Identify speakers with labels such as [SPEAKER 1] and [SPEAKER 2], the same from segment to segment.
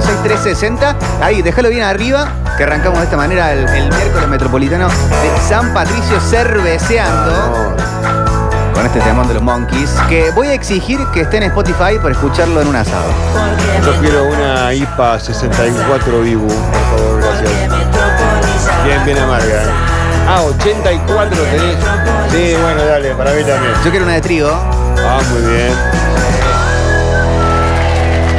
[SPEAKER 1] 360. Ahí, déjalo bien arriba, que arrancamos de esta manera el, el miércoles metropolitano de San Patricio cerveceando. Con este temón de los Monkeys, que voy a exigir que esté en Spotify para escucharlo en un asado.
[SPEAKER 2] Yo quiero una IPA 64 Ibu, por favor, gracias. Bien, bien amarga. ¿eh? Ah, 84 tenés. Sí, bueno, dale, para mí también.
[SPEAKER 1] Yo quiero una de trigo.
[SPEAKER 2] Ah, muy bien.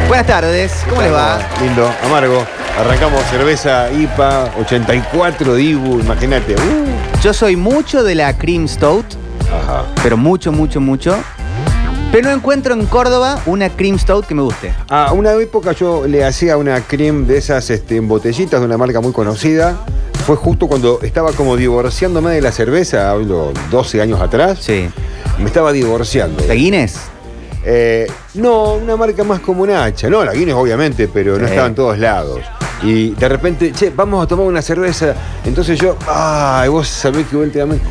[SPEAKER 1] Buenas tardes, ¿cómo les va?
[SPEAKER 2] Ah, Lindo, amargo. Arrancamos cerveza IPA 84 Dibu, imagínate. Uh.
[SPEAKER 1] Yo soy mucho de la Cream Stout,
[SPEAKER 2] Ajá.
[SPEAKER 1] pero mucho, mucho, mucho. Pero no encuentro en Córdoba una Cream Stout que me guste.
[SPEAKER 2] Ah, una época yo le hacía una cream de esas este, en botellitas de una marca muy conocida. Fue justo cuando estaba como divorciándome de la cerveza, hablo 12 años atrás.
[SPEAKER 1] Sí.
[SPEAKER 2] Me estaba divorciando.
[SPEAKER 1] ¿La Guinness?
[SPEAKER 2] Eh, no, una marca más como una hacha. No, la Guinness obviamente, pero no
[SPEAKER 1] Sí.
[SPEAKER 2] estaba en todos lados. Y de repente, che, vamos a tomar una cerveza. Entonces yo, ay, vos sabés que últimamente.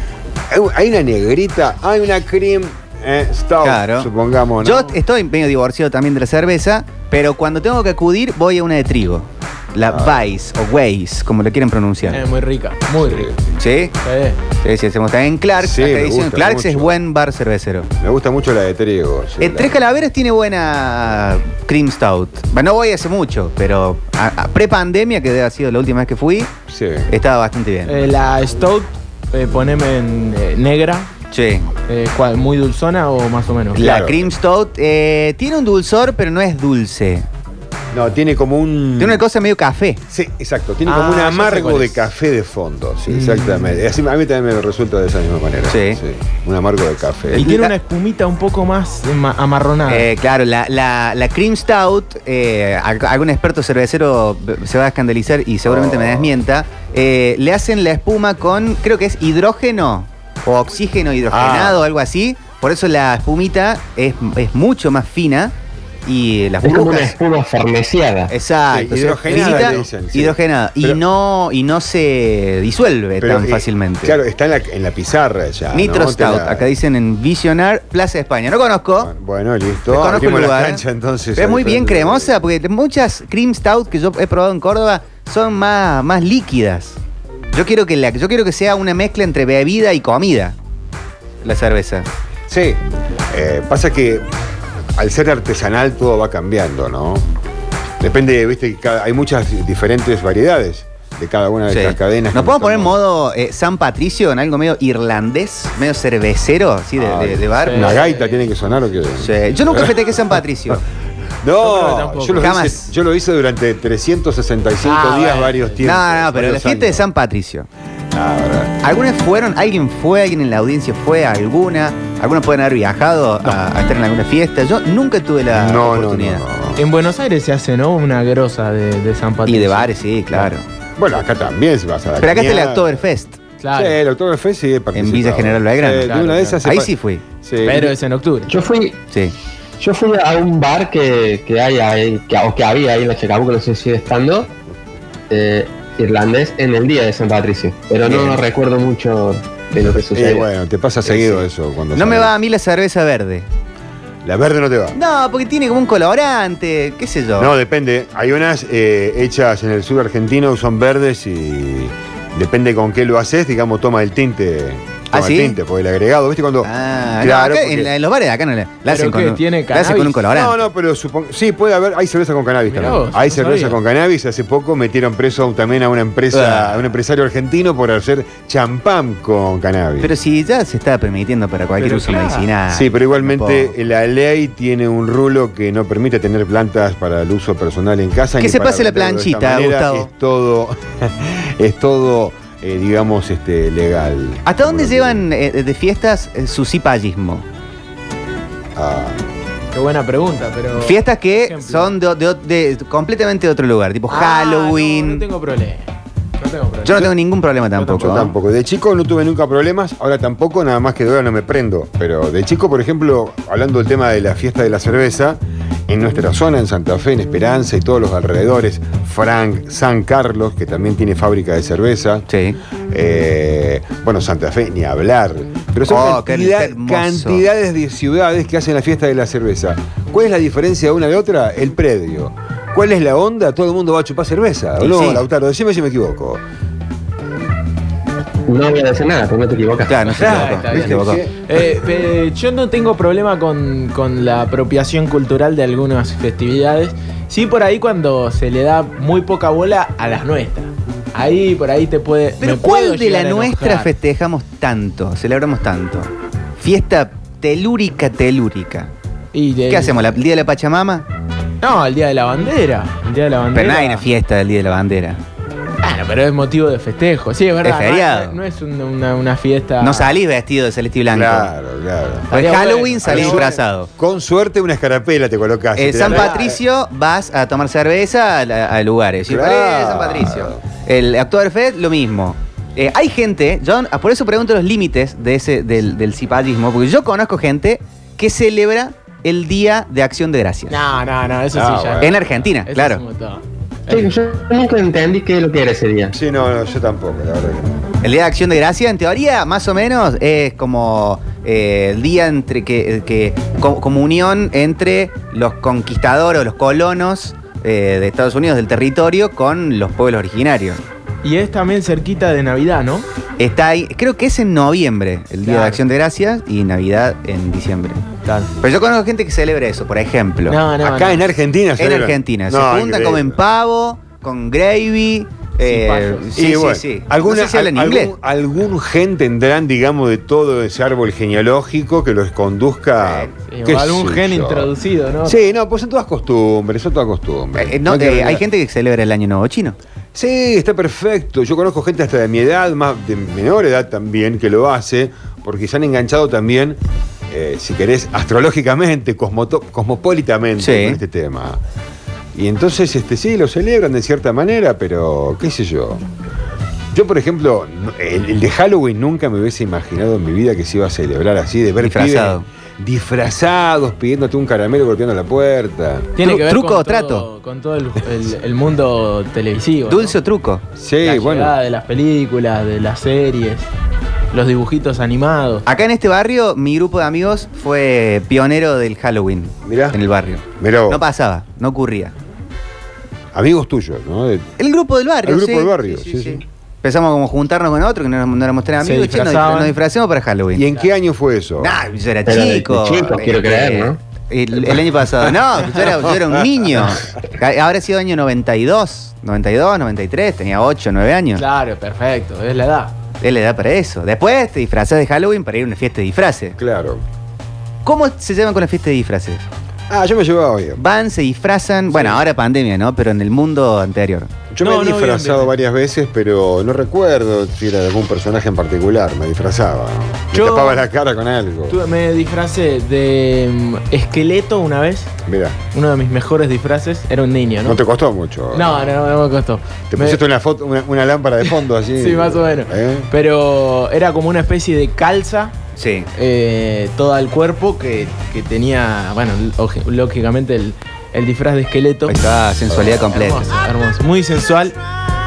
[SPEAKER 2] Hay- Hay una negrita, hay una cream eh, stout,
[SPEAKER 1] Claro.
[SPEAKER 2] supongamos. ¿no?
[SPEAKER 1] Yo estoy medio divorciado también de la cerveza, pero cuando tengo que acudir voy a una de trigo. La
[SPEAKER 2] Ah.
[SPEAKER 1] Weiss o Weiss, como le quieren pronunciar.
[SPEAKER 3] Es muy rica, muy rica.
[SPEAKER 1] ¿Sí,
[SPEAKER 3] Eh, Sí.
[SPEAKER 1] sí, sí, hacemos también Clarks.
[SPEAKER 2] Sí,
[SPEAKER 1] acá
[SPEAKER 2] me
[SPEAKER 1] dicen,
[SPEAKER 2] gusta
[SPEAKER 1] Clarks es
[SPEAKER 2] mucho.
[SPEAKER 1] buen bar cervecero.
[SPEAKER 2] Me gusta mucho la de trigo. sí,
[SPEAKER 1] Eh,
[SPEAKER 2] la-
[SPEAKER 1] Tres Calaveras tiene buena Cream Stout. Bueno, no voy hace mucho, pero a- a- pre-pandemia, que ha sido la última vez que fui,
[SPEAKER 2] Sí.
[SPEAKER 1] estaba bastante bien.
[SPEAKER 3] Eh, la Stout, eh, poneme en eh, negra,
[SPEAKER 1] Sí.
[SPEAKER 3] eh, cual- muy dulzona o más o menos.
[SPEAKER 1] La
[SPEAKER 2] claro.
[SPEAKER 1] Cream Stout eh, tiene un dulzor, pero no es dulce.
[SPEAKER 2] No, tiene como un.
[SPEAKER 1] Tiene una cosa medio café.
[SPEAKER 2] Sí, exacto. Tiene
[SPEAKER 3] Ah,
[SPEAKER 2] como un
[SPEAKER 3] ya sé
[SPEAKER 2] amargo
[SPEAKER 3] cuál
[SPEAKER 2] de
[SPEAKER 3] es.
[SPEAKER 2] café de fondo. Sí,
[SPEAKER 3] Mm.
[SPEAKER 2] exactamente. Así, a mí también me resulta de esa misma manera.
[SPEAKER 1] Sí.
[SPEAKER 2] Un amargo de café.
[SPEAKER 3] Y tiene
[SPEAKER 1] la-
[SPEAKER 3] una espumita un poco más eh, ma- amarronada.
[SPEAKER 1] Eh, claro, la, la, la Cream Stout, eh, al- algún experto cervecero b- se va a escandalizar y seguramente
[SPEAKER 2] Oh.
[SPEAKER 1] me desmienta. eh, le hacen la espuma con, creo que es hidrógeno o oxígeno hidrogenado o algo así. Por eso la espumita es, es mucho más fina y las
[SPEAKER 4] Es como una
[SPEAKER 1] burbujas.
[SPEAKER 4] espuma farneciada.
[SPEAKER 1] Exacto,
[SPEAKER 2] Sí,
[SPEAKER 1] se-
[SPEAKER 2] hidrogenada
[SPEAKER 1] finita,
[SPEAKER 2] le dicen, sí.
[SPEAKER 1] hidrogenada. y,
[SPEAKER 2] Pero-
[SPEAKER 1] no, y no se disuelve
[SPEAKER 2] Pero,
[SPEAKER 1] tan
[SPEAKER 2] eh,
[SPEAKER 1] fácilmente.
[SPEAKER 2] Claro, está en la, en la pizarra ya. ¿no?
[SPEAKER 1] Nitro
[SPEAKER 2] Te
[SPEAKER 1] Stout,
[SPEAKER 2] la-
[SPEAKER 1] acá dicen en Visionar, Plaza de España. No conozco.
[SPEAKER 2] Bueno, listo.
[SPEAKER 1] Desconozco
[SPEAKER 2] Abrimos
[SPEAKER 1] el lugar. ¿eh?
[SPEAKER 2] la cancha entonces.
[SPEAKER 1] Pero es
[SPEAKER 2] a
[SPEAKER 1] muy bien
[SPEAKER 2] diferentes-
[SPEAKER 1] cremosa, porque muchas cream stout que yo he probado en Córdoba son más, más líquidas. Yo quiero, que la, yo quiero que sea una mezcla entre bebida y comida, la cerveza.
[SPEAKER 2] Sí. Eh, pasa que al ser artesanal todo va cambiando, ¿no? Depende, viste, que cada- hay muchas diferentes variedades de cada una de
[SPEAKER 1] Sí.
[SPEAKER 2] estas cadenas.
[SPEAKER 1] ¿Nos
[SPEAKER 2] que
[SPEAKER 1] podemos
[SPEAKER 2] estamos-
[SPEAKER 1] poner en modo eh, San Patricio, en algo medio irlandés, medio cervecero, así de,
[SPEAKER 2] Ah,
[SPEAKER 1] de- de bar?
[SPEAKER 3] sí.
[SPEAKER 2] Una gaita tiene que sonar o qué.
[SPEAKER 1] Sí. Yo nunca festequé San Patricio.
[SPEAKER 3] creo que
[SPEAKER 2] No,
[SPEAKER 3] tampoco.
[SPEAKER 2] yo lo,
[SPEAKER 1] Jamás.
[SPEAKER 2] hice, yo lo hice durante 365
[SPEAKER 3] Ah,
[SPEAKER 2] días,
[SPEAKER 3] bueno.
[SPEAKER 2] varios tiempos.
[SPEAKER 1] No, no, pero
[SPEAKER 2] varios
[SPEAKER 1] la fiesta de
[SPEAKER 2] años.
[SPEAKER 1] San Patricio.
[SPEAKER 2] Ah, verdad.
[SPEAKER 1] ¿Algunas fueron? ¿Alguien fue? ¿Alguien en la audiencia fue? ¿Alguna? ¿Algunos pueden haber viajado a, a estar en alguna fiesta? Yo nunca tuve la
[SPEAKER 2] No, no, no,
[SPEAKER 1] oportunidad.
[SPEAKER 2] no.
[SPEAKER 3] En Buenos Aires se hace, ¿no? Una grosa de, de San Patricio.
[SPEAKER 1] Y de bares, sí, claro.
[SPEAKER 2] Bueno, acá también se vas a la
[SPEAKER 1] Pero acá está el
[SPEAKER 2] cañada.
[SPEAKER 1] Oktoberfest,
[SPEAKER 3] Claro.
[SPEAKER 2] Sí, el Oktoberfest sí he participado.
[SPEAKER 1] en Villa General Belgrano.
[SPEAKER 2] Sí, de
[SPEAKER 3] Claro,
[SPEAKER 2] una de
[SPEAKER 3] claro.
[SPEAKER 2] esas se
[SPEAKER 1] Ahí
[SPEAKER 2] pa-
[SPEAKER 1] sí fui,
[SPEAKER 2] Sí.
[SPEAKER 3] Pero es en octubre.
[SPEAKER 4] Yo fui,
[SPEAKER 1] sí.
[SPEAKER 4] yo fui a un bar que, que hay ahí, que, o que había ahí en la Chacabuco, no sé si sigue estando, eh, irlandés, en el día de San Patricio. Pero no
[SPEAKER 1] Bien.
[SPEAKER 4] recuerdo mucho de lo que
[SPEAKER 2] Eh,
[SPEAKER 4] sucedió.
[SPEAKER 2] bueno, te pasa seguido eso cuando
[SPEAKER 1] No me
[SPEAKER 2] sales.
[SPEAKER 1] va a mí la cerveza verde.
[SPEAKER 2] La verde no te va.
[SPEAKER 1] No, porque tiene como un colorante, qué sé yo.
[SPEAKER 2] No, depende. Hay unas eh, hechas en el sur argentino, son verdes y depende con qué lo haces, digamos, toma el tinte.
[SPEAKER 1] ¿Ah,
[SPEAKER 2] Toma
[SPEAKER 1] sí?
[SPEAKER 2] el tinte, porque el agregado, ¿viste? Cuando.
[SPEAKER 1] Ah, no,
[SPEAKER 2] claro.
[SPEAKER 1] acá
[SPEAKER 2] porque-
[SPEAKER 1] en, la- en los bares de acá no la, la hacen
[SPEAKER 3] ¿Pero
[SPEAKER 1] con
[SPEAKER 3] qué,
[SPEAKER 1] un,
[SPEAKER 3] tiene
[SPEAKER 1] la hacen con un
[SPEAKER 3] cannabis?
[SPEAKER 1] colorante.
[SPEAKER 2] No, no, pero supongo. Sí, puede haber. Hay cerveza con cannabis
[SPEAKER 3] Mirá
[SPEAKER 2] también.
[SPEAKER 3] vos,
[SPEAKER 2] Hay
[SPEAKER 3] no
[SPEAKER 2] cerveza
[SPEAKER 3] sabía.
[SPEAKER 2] con cannabis. Hace poco metieron preso a un- también a una empresa,
[SPEAKER 1] Ah.
[SPEAKER 2] a un empresario argentino por hacer champán con cannabis.
[SPEAKER 1] Pero si ya se está permitiendo para cualquier
[SPEAKER 3] Pero
[SPEAKER 1] uso
[SPEAKER 3] claro.
[SPEAKER 1] medicinal.
[SPEAKER 2] Sí, pero igualmente
[SPEAKER 1] tampoco.
[SPEAKER 2] la ley tiene un rulo que no permite tener plantas para el uso personal en casa.
[SPEAKER 1] Que
[SPEAKER 2] ni
[SPEAKER 1] se
[SPEAKER 2] para
[SPEAKER 1] pase la
[SPEAKER 2] venderlo de esta
[SPEAKER 1] planchita,
[SPEAKER 2] manera.
[SPEAKER 1] Gustavo.
[SPEAKER 2] Es todo, es todo eh, digamos, este, legal.
[SPEAKER 1] ¿Hasta dónde
[SPEAKER 2] Bueno,
[SPEAKER 1] llevan eh, de fiestas eh, su cipallismo?
[SPEAKER 2] ah,
[SPEAKER 3] Qué buena pregunta, pero.
[SPEAKER 1] Fiestas que
[SPEAKER 3] Ejemplo.
[SPEAKER 1] son de, de- de- completamente de otro lugar, tipo
[SPEAKER 3] Ah,
[SPEAKER 1] Halloween.
[SPEAKER 3] No, no tengo problema. No tengo problema.
[SPEAKER 1] Yo no tengo ningún problema tampoco. ¿eh?
[SPEAKER 2] yo tampoco. De chico no tuve nunca problemas, ahora tampoco, nada más que de ahora no me prendo. Pero de chico, por ejemplo, hablando del tema de la fiesta de la cerveza, en nuestra zona, en Santa Fe, en Esperanza y todos los alrededores, Frank, San Carlos, que también tiene fábrica de cerveza.
[SPEAKER 1] Sí.
[SPEAKER 2] Eh, bueno, Santa Fe, ni hablar. Pero son
[SPEAKER 1] Oh, qué
[SPEAKER 2] cantidad-
[SPEAKER 1] hermoso.
[SPEAKER 2] cantidades de ciudades que hacen la fiesta de la cerveza. ¿Cuál es la diferencia de una de otra? El predio. ¿Cuál es la onda? Todo el mundo va a chupar cerveza. ¿o
[SPEAKER 1] Y
[SPEAKER 2] no,
[SPEAKER 1] sí.
[SPEAKER 2] Lautaro, decime si me equivoco.
[SPEAKER 4] No voy a decir nada, porque no te equivocas.
[SPEAKER 1] Claro, no se
[SPEAKER 3] Ah,
[SPEAKER 1] equivocó, no
[SPEAKER 3] está
[SPEAKER 1] se
[SPEAKER 3] bien.
[SPEAKER 1] equivocó.
[SPEAKER 2] Sí.
[SPEAKER 3] Eh, eh, yo no tengo problema con, con la apropiación cultural de algunas festividades. Sí, por ahí cuando se le da muy poca bola a las nuestras. Ahí, por ahí te puede.
[SPEAKER 1] Pero
[SPEAKER 3] me puedo
[SPEAKER 1] ¿cuál de la
[SPEAKER 3] llegar a
[SPEAKER 1] nuestra
[SPEAKER 3] enojar.
[SPEAKER 1] festejamos tanto? Celebramos tanto. Fiesta telúrica, telúrica.
[SPEAKER 3] Y de-
[SPEAKER 1] ¿Qué hacemos? ¿La- ¿El día de la Pachamama?
[SPEAKER 3] No, el día de la bandera. El día de la bandera.
[SPEAKER 1] Pero no hay una fiesta del día de la bandera.
[SPEAKER 3] Bueno, pero es motivo de festejo. Sí, es verdad.
[SPEAKER 1] Es
[SPEAKER 3] no-
[SPEAKER 1] feriado.
[SPEAKER 3] No, es un- una, una fiesta.
[SPEAKER 1] No salís vestido de celeste y blanco.
[SPEAKER 2] Claro, claro.
[SPEAKER 1] Pues
[SPEAKER 3] Estaría
[SPEAKER 1] Halloween
[SPEAKER 3] bueno,
[SPEAKER 1] salís
[SPEAKER 2] estaría
[SPEAKER 1] disfrazado.
[SPEAKER 2] Con suerte una escarapela te colocas.
[SPEAKER 1] En Eh, San Patricio vas a tomar cerveza a, la- a lugares. Y
[SPEAKER 2] Claro.
[SPEAKER 1] paré de San Patricio. El Oktoberfest, lo mismo. Eh, hay gente, John, ah, por eso pregunto los límites de ese, del, del cipallismo, porque yo conozco gente que celebra el Día de Acción de Gracias.
[SPEAKER 3] No, no, no, eso
[SPEAKER 2] Ah,
[SPEAKER 3] sí ya.
[SPEAKER 2] bueno.
[SPEAKER 1] En Argentina,
[SPEAKER 3] Eso es un
[SPEAKER 1] claro.
[SPEAKER 3] montón.
[SPEAKER 4] Sí, yo nunca entendí qué es lo que era ese día.
[SPEAKER 2] Sí, no, no, yo tampoco, la verdad que no.
[SPEAKER 1] El Día de Acción de Gracias, en teoría, más o menos, es como eh, el día entre que, eh, que co- comunión entre los conquistadores o los colonos eh, de Estados Unidos del territorio con los pueblos originarios.
[SPEAKER 3] Y es también cerquita de Navidad, ¿no?
[SPEAKER 1] Está ahí, creo que es en noviembre, el Día
[SPEAKER 3] Claro.
[SPEAKER 1] de Acción de Gracias, y Navidad en diciembre. Pero yo conozco gente que celebra eso, por ejemplo.
[SPEAKER 3] No, no.
[SPEAKER 2] Acá
[SPEAKER 3] no.
[SPEAKER 2] en Argentina
[SPEAKER 1] en
[SPEAKER 2] celebran.
[SPEAKER 1] Argentina.
[SPEAKER 2] No,
[SPEAKER 1] se juntan,
[SPEAKER 2] increíble.
[SPEAKER 1] comen pavo, con gravy. eh,
[SPEAKER 3] payos.
[SPEAKER 1] sí,
[SPEAKER 2] Y bueno,
[SPEAKER 1] sí, sí.
[SPEAKER 2] alguna-
[SPEAKER 1] no sé si hablan
[SPEAKER 2] al-
[SPEAKER 1] inglés.
[SPEAKER 2] Algún, algún gen tendrán, digamos, de todo ese árbol genealógico que los conduzca.
[SPEAKER 3] Sí,
[SPEAKER 2] qué
[SPEAKER 3] o algún
[SPEAKER 2] sé
[SPEAKER 3] gen
[SPEAKER 2] yo.
[SPEAKER 3] introducido, ¿no?
[SPEAKER 2] Sí, no, pues son todas costumbres, son todas costumbres.
[SPEAKER 1] Eh, no,
[SPEAKER 2] No
[SPEAKER 1] eh,
[SPEAKER 2] tiene
[SPEAKER 1] hay
[SPEAKER 2] nada.
[SPEAKER 1] gente que celebra el año nuevo chino.
[SPEAKER 2] Sí, está perfecto. Yo conozco gente hasta de mi edad, más de menor edad también, que lo hace, porque se han enganchado también, eh, si querés, astrológicamente, cosmoto- cosmopolitamente
[SPEAKER 1] Sí.
[SPEAKER 2] con este tema. Y entonces, este, sí, lo celebran de cierta manera, pero qué sé yo. Yo, por ejemplo, no- el, el de Halloween nunca me hubiese imaginado en mi vida que se iba a celebrar así, de ver
[SPEAKER 1] Disfrazado.
[SPEAKER 2] pibes disfrazados, pidiéndote un caramelo, golpeando la puerta.
[SPEAKER 1] Tru- truco
[SPEAKER 3] con
[SPEAKER 1] o trato.
[SPEAKER 3] todo- con todo el, el- el mundo televisivo. ¿no?
[SPEAKER 1] Dulce o truco.
[SPEAKER 2] Sí,
[SPEAKER 3] la
[SPEAKER 2] bueno.
[SPEAKER 3] llegada de las películas, de las series, los dibujitos animados.
[SPEAKER 1] Acá en este barrio, mi grupo de amigos fue pionero del Halloween
[SPEAKER 2] Mirá.
[SPEAKER 1] en el barrio.
[SPEAKER 2] Mirá vos.
[SPEAKER 1] No pasaba, no ocurría.
[SPEAKER 2] amigos tuyos, ¿no? De-
[SPEAKER 1] El grupo del barrio.
[SPEAKER 2] El grupo
[SPEAKER 1] sí.
[SPEAKER 2] del barrio, sí, sí.
[SPEAKER 1] Empezamos como a juntarnos con otro, que no, éramos- no éramos tres
[SPEAKER 3] Se
[SPEAKER 1] amigos, che, nos,
[SPEAKER 3] disfrazaban.
[SPEAKER 1] nos disfrazamos para Halloween.
[SPEAKER 2] ¿Y en qué año fue eso?
[SPEAKER 1] Nah, yo era
[SPEAKER 4] Pero de- de
[SPEAKER 1] chico. eh,
[SPEAKER 4] chico, quiero creer, ¿no?
[SPEAKER 1] El, el año pasado, no, yo era, yo era un niño. Ahora ha sido año 92, 92, 93, tenía 8, 9 años.
[SPEAKER 3] Claro, perfecto, es la edad.
[SPEAKER 1] Es la edad para eso. Después te disfrazas de Halloween para ir a una fiesta de disfraces.
[SPEAKER 2] Claro.
[SPEAKER 1] ¿Cómo se llevan con la fiesta de disfraces?
[SPEAKER 2] Ah, yo me llevaba bien.
[SPEAKER 1] Van, se disfrazan. Bueno, ahora pandemia, ¿no? Pero en el mundo anterior.
[SPEAKER 2] Yo
[SPEAKER 3] No,
[SPEAKER 2] me he
[SPEAKER 3] no,
[SPEAKER 2] disfrazado
[SPEAKER 3] bien, bien.
[SPEAKER 2] varias veces, pero no recuerdo si era de algún personaje en particular. Me disfrazaba. Me
[SPEAKER 3] Yo-
[SPEAKER 2] tapaba la cara con algo.
[SPEAKER 3] Tuve- me disfracé de mm, esqueleto una vez,
[SPEAKER 2] Mira,
[SPEAKER 3] uno de mis mejores disfraces, era un niño,
[SPEAKER 2] ¿no?
[SPEAKER 3] ¿no?
[SPEAKER 2] te costó mucho.
[SPEAKER 3] no, no, no me costó.
[SPEAKER 2] Te
[SPEAKER 3] Me-
[SPEAKER 2] pusiste una, foto, una, una lámpara de fondo así.
[SPEAKER 3] Sí, más o menos.
[SPEAKER 2] ¿Eh?
[SPEAKER 3] Pero era como una especie de calza
[SPEAKER 1] Sí.
[SPEAKER 3] eh, todo el cuerpo que, que tenía, bueno, lógi- lógicamente el, el disfraz de esqueleto.
[SPEAKER 1] Ahí está, sensualidad completa.
[SPEAKER 3] Hermoso, hermoso, muy sensual.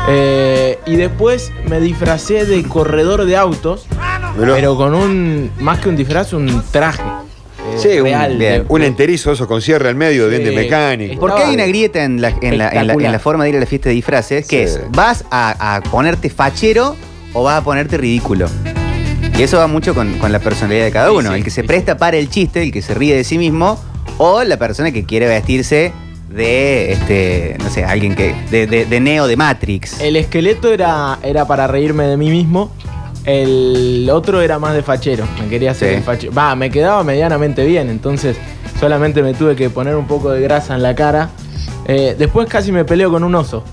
[SPEAKER 3] Eh, y después me disfracé de corredor de autos,
[SPEAKER 2] Mirá.
[SPEAKER 3] pero con un, más que un disfraz, un traje. eh,
[SPEAKER 2] Sí, un-
[SPEAKER 3] real,
[SPEAKER 1] bien,
[SPEAKER 3] de-
[SPEAKER 2] Un enterizo, eso con cierre al medio,
[SPEAKER 3] Sí.
[SPEAKER 2] diente mecánico.
[SPEAKER 1] Eh, Porque hay una grieta en la, en, la, en la- en la forma de ir a la fiesta de disfraces, que
[SPEAKER 2] Sí.
[SPEAKER 1] es, ¿vas a, a ponerte fachero o vas a ponerte ridículo? Y eso va mucho con, con la personalidad de cada
[SPEAKER 3] Sí,
[SPEAKER 1] uno.
[SPEAKER 3] sí,
[SPEAKER 1] el que se
[SPEAKER 3] sí,
[SPEAKER 1] presta para el chiste, el que se ríe de sí mismo, o la persona que quiere vestirse de, este, no sé, alguien que, de, de- de Neo de Matrix.
[SPEAKER 3] El esqueleto era, era para reírme de mí mismo. El otro era más de fachero. Me quería hacer
[SPEAKER 1] Sí.
[SPEAKER 3] el fachero. Va, me quedaba medianamente bien. Entonces solamente me tuve que poner un poco de grasa en la cara. Eh, después casi me peleo con un oso.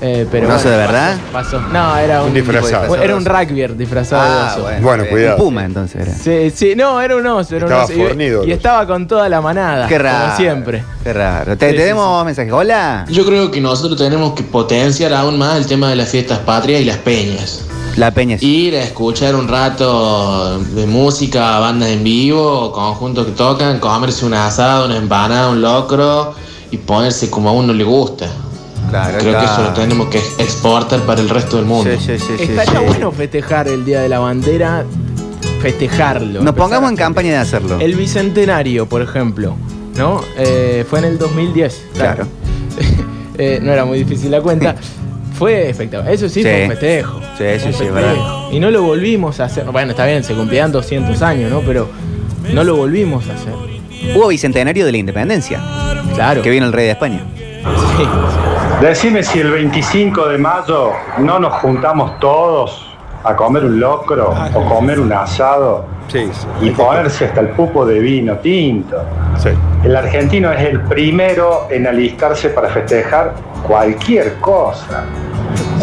[SPEAKER 3] Eh, pero
[SPEAKER 1] ¿Un oso de verdad?
[SPEAKER 3] Pasó. No, era
[SPEAKER 2] Un
[SPEAKER 3] un,
[SPEAKER 2] disfrazado.
[SPEAKER 3] era un rugbyer disfrazado de
[SPEAKER 1] Ah,
[SPEAKER 3] oso.
[SPEAKER 1] bueno,
[SPEAKER 2] Bueno,
[SPEAKER 1] eh,
[SPEAKER 2] cuidado.
[SPEAKER 1] un puma entonces era.
[SPEAKER 3] Sí, sí, no, era un oso, era
[SPEAKER 2] Estaba
[SPEAKER 3] un oso. Y-
[SPEAKER 2] fornido el
[SPEAKER 3] Y,
[SPEAKER 2] oso.
[SPEAKER 3] estaba con toda la manada.
[SPEAKER 1] Qué raro.
[SPEAKER 3] Como siempre.
[SPEAKER 1] Qué raro. Te,
[SPEAKER 3] Sí,
[SPEAKER 1] te
[SPEAKER 3] sí,
[SPEAKER 1] demos mensajes. Hola.
[SPEAKER 5] Yo creo que nosotros tenemos que potenciar aún más el tema de las fiestas patrias y las peñas.
[SPEAKER 1] La Peña.
[SPEAKER 5] Ir a escuchar un rato de música, bandas en vivo, conjuntos que tocan, comerse un asado, una empanada, un locro y ponerse como a uno le gusta.
[SPEAKER 1] Claro,
[SPEAKER 5] Creo que
[SPEAKER 1] está.
[SPEAKER 5] eso
[SPEAKER 3] Ah.
[SPEAKER 5] lo tenemos que exportar para el resto del mundo.
[SPEAKER 1] Sí, sí, sí, sí,
[SPEAKER 3] Estaría
[SPEAKER 1] sí.
[SPEAKER 3] bueno festejar el Día de la Bandera. Festejarlo.
[SPEAKER 1] Nos
[SPEAKER 3] empezar
[SPEAKER 1] pongamos
[SPEAKER 3] a
[SPEAKER 1] en campaña de hacerlo.
[SPEAKER 3] El bicentenario, por ejemplo, ¿no? Eh, fue en el 2010.
[SPEAKER 1] Claro.
[SPEAKER 3] Eh, no era muy difícil la cuenta. Fue espectacular. Eso sí, fue
[SPEAKER 1] Sí.
[SPEAKER 3] un festejo.
[SPEAKER 1] Sí,
[SPEAKER 3] Fue
[SPEAKER 1] sí,
[SPEAKER 3] un
[SPEAKER 1] sí, es
[SPEAKER 3] festejo.
[SPEAKER 1] verdad.
[SPEAKER 3] Y no lo volvimos a hacer. Bueno, está bien, se cumplían 200 años, ¿no? Pero no lo volvimos a hacer.
[SPEAKER 1] Hubo bicentenario de la independencia,
[SPEAKER 3] Claro.
[SPEAKER 1] que vino el rey de España.
[SPEAKER 3] Sí.
[SPEAKER 6] Decime si el 25 de mayo no nos juntamos todos a comer un locro
[SPEAKER 7] Ah,
[SPEAKER 6] o comer un asado
[SPEAKER 2] Sí, sí.
[SPEAKER 6] y ponerse hasta el pupo de vino tinto.
[SPEAKER 2] Sí.
[SPEAKER 6] El argentino es el primero en alistarse para festejar cualquier cosa.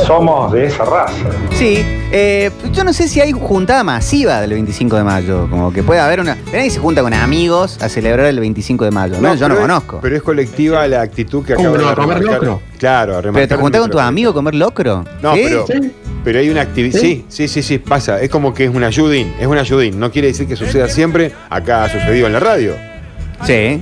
[SPEAKER 6] Somos de esa raza.
[SPEAKER 1] Sí, eh, yo no sé si hay juntada masiva del 25 de mayo, como que puede haber una... Nadie se junta con amigos a celebrar el 25 de mayo, ¿no? yo
[SPEAKER 2] pero
[SPEAKER 1] no
[SPEAKER 2] es-
[SPEAKER 1] conozco. Pero,
[SPEAKER 2] Pero es colectiva la actitud que
[SPEAKER 4] ¿Cómo
[SPEAKER 2] acaba
[SPEAKER 4] no?
[SPEAKER 2] de
[SPEAKER 4] ¿A comer
[SPEAKER 2] remarcar.
[SPEAKER 4] locro?
[SPEAKER 2] Claro, a
[SPEAKER 1] te
[SPEAKER 2] remarcar
[SPEAKER 1] juntás con tus
[SPEAKER 2] nuestro-
[SPEAKER 1] amigos a comer locro.
[SPEAKER 2] No,
[SPEAKER 1] ¿Sí?
[SPEAKER 2] pero,
[SPEAKER 4] Sí.
[SPEAKER 2] pero hay una actividad. Sí,
[SPEAKER 4] Sí.
[SPEAKER 2] sí, sí, sí, pasa. Es como que es un ayudín, es un ayudín. No quiere decir que suceda siempre. Acá ha sucedido en la radio.
[SPEAKER 1] Sí.
[SPEAKER 2] Eh,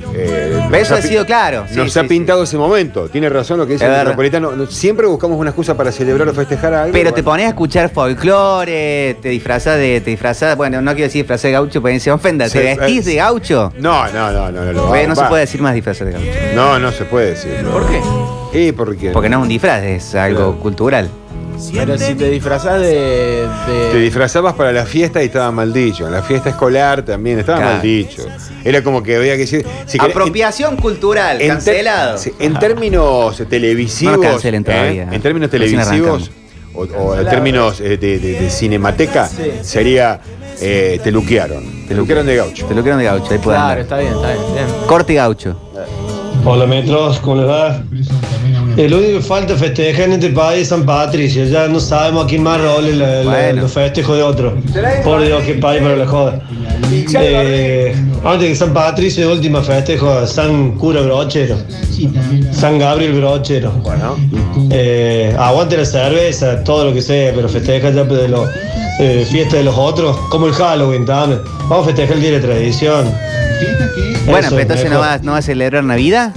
[SPEAKER 1] Pero eso
[SPEAKER 2] nos
[SPEAKER 1] ha
[SPEAKER 2] pi-
[SPEAKER 1] sido claro. Sí,
[SPEAKER 2] nos
[SPEAKER 1] sí,
[SPEAKER 2] ha
[SPEAKER 1] sí.
[SPEAKER 2] pintado ese momento. Tiene razón lo que dice
[SPEAKER 1] Es
[SPEAKER 2] el
[SPEAKER 1] verdad.
[SPEAKER 2] metropolitano. No- Siempre buscamos una excusa para celebrar o festejar algo.
[SPEAKER 1] Pero te
[SPEAKER 2] Bueno,
[SPEAKER 1] pones a escuchar folclore, te disfrazas de. te disfrazás, bueno, no quiero decir disfrazar de gaucho, porque se ofenda.
[SPEAKER 2] Sí,
[SPEAKER 1] ¿Te vestís
[SPEAKER 2] eh,
[SPEAKER 1] de gaucho?
[SPEAKER 2] No, no, no, no, no. No,
[SPEAKER 1] Porque no se
[SPEAKER 2] va.
[SPEAKER 1] puede decir más disfrazar de gaucho.
[SPEAKER 2] No, no se puede decir. no.
[SPEAKER 3] ¿Por qué?
[SPEAKER 2] Eh, porque,
[SPEAKER 1] Porque no es un disfraz, es algo
[SPEAKER 2] Claro.
[SPEAKER 1] cultural.
[SPEAKER 3] Pero si te disfrazás de. de-
[SPEAKER 2] Te disfrazabas para la fiesta y estaba mal dicho. En la fiesta escolar también estaba
[SPEAKER 1] Claro.
[SPEAKER 2] mal dicho. Era como que había que decir. si querés-
[SPEAKER 1] Apropiación cultural,
[SPEAKER 2] en ter-
[SPEAKER 1] cancelado.
[SPEAKER 2] sí, En términos eh, televisivos.
[SPEAKER 1] No nos cancelen
[SPEAKER 2] ¿eh?
[SPEAKER 1] todavía.
[SPEAKER 2] En términos
[SPEAKER 1] Recién
[SPEAKER 2] televisivos. O, o en
[SPEAKER 3] Cancelado.
[SPEAKER 2] términos eh, de, de- de cinemateca.
[SPEAKER 3] Sí.
[SPEAKER 2] Sería. eh, te luquearon. Te luquearon de gaucho.
[SPEAKER 1] Te lo quiero de gaucho, ahí puede
[SPEAKER 3] Claro,
[SPEAKER 1] andar.
[SPEAKER 3] está bien, está bien. bien.
[SPEAKER 1] Corte gaucho.
[SPEAKER 8] Hola metros, ¿cómo les va? El único que falta festejar en este país es San Patricio, ya no sabemos a quién más roble la- la-
[SPEAKER 1] Bueno.
[SPEAKER 8] los festejos de otro. Por Dios, qué país para la joda. Eh, antes que San Patricio, de última festejo a San Cura Brochero, San Gabriel Brochero.
[SPEAKER 2] Bueno.
[SPEAKER 8] Eh, aguante la cerveza, todo lo que sea, pero festeja ya pues, de los eh, fiestas de los otros, como el Halloween también. Vamos a festejar el Día de la Tradición.
[SPEAKER 1] Bueno,
[SPEAKER 8] Eso
[SPEAKER 1] pero
[SPEAKER 8] es
[SPEAKER 1] entonces no
[SPEAKER 8] mejor.
[SPEAKER 1] vas, no vas a celebrar Navidad.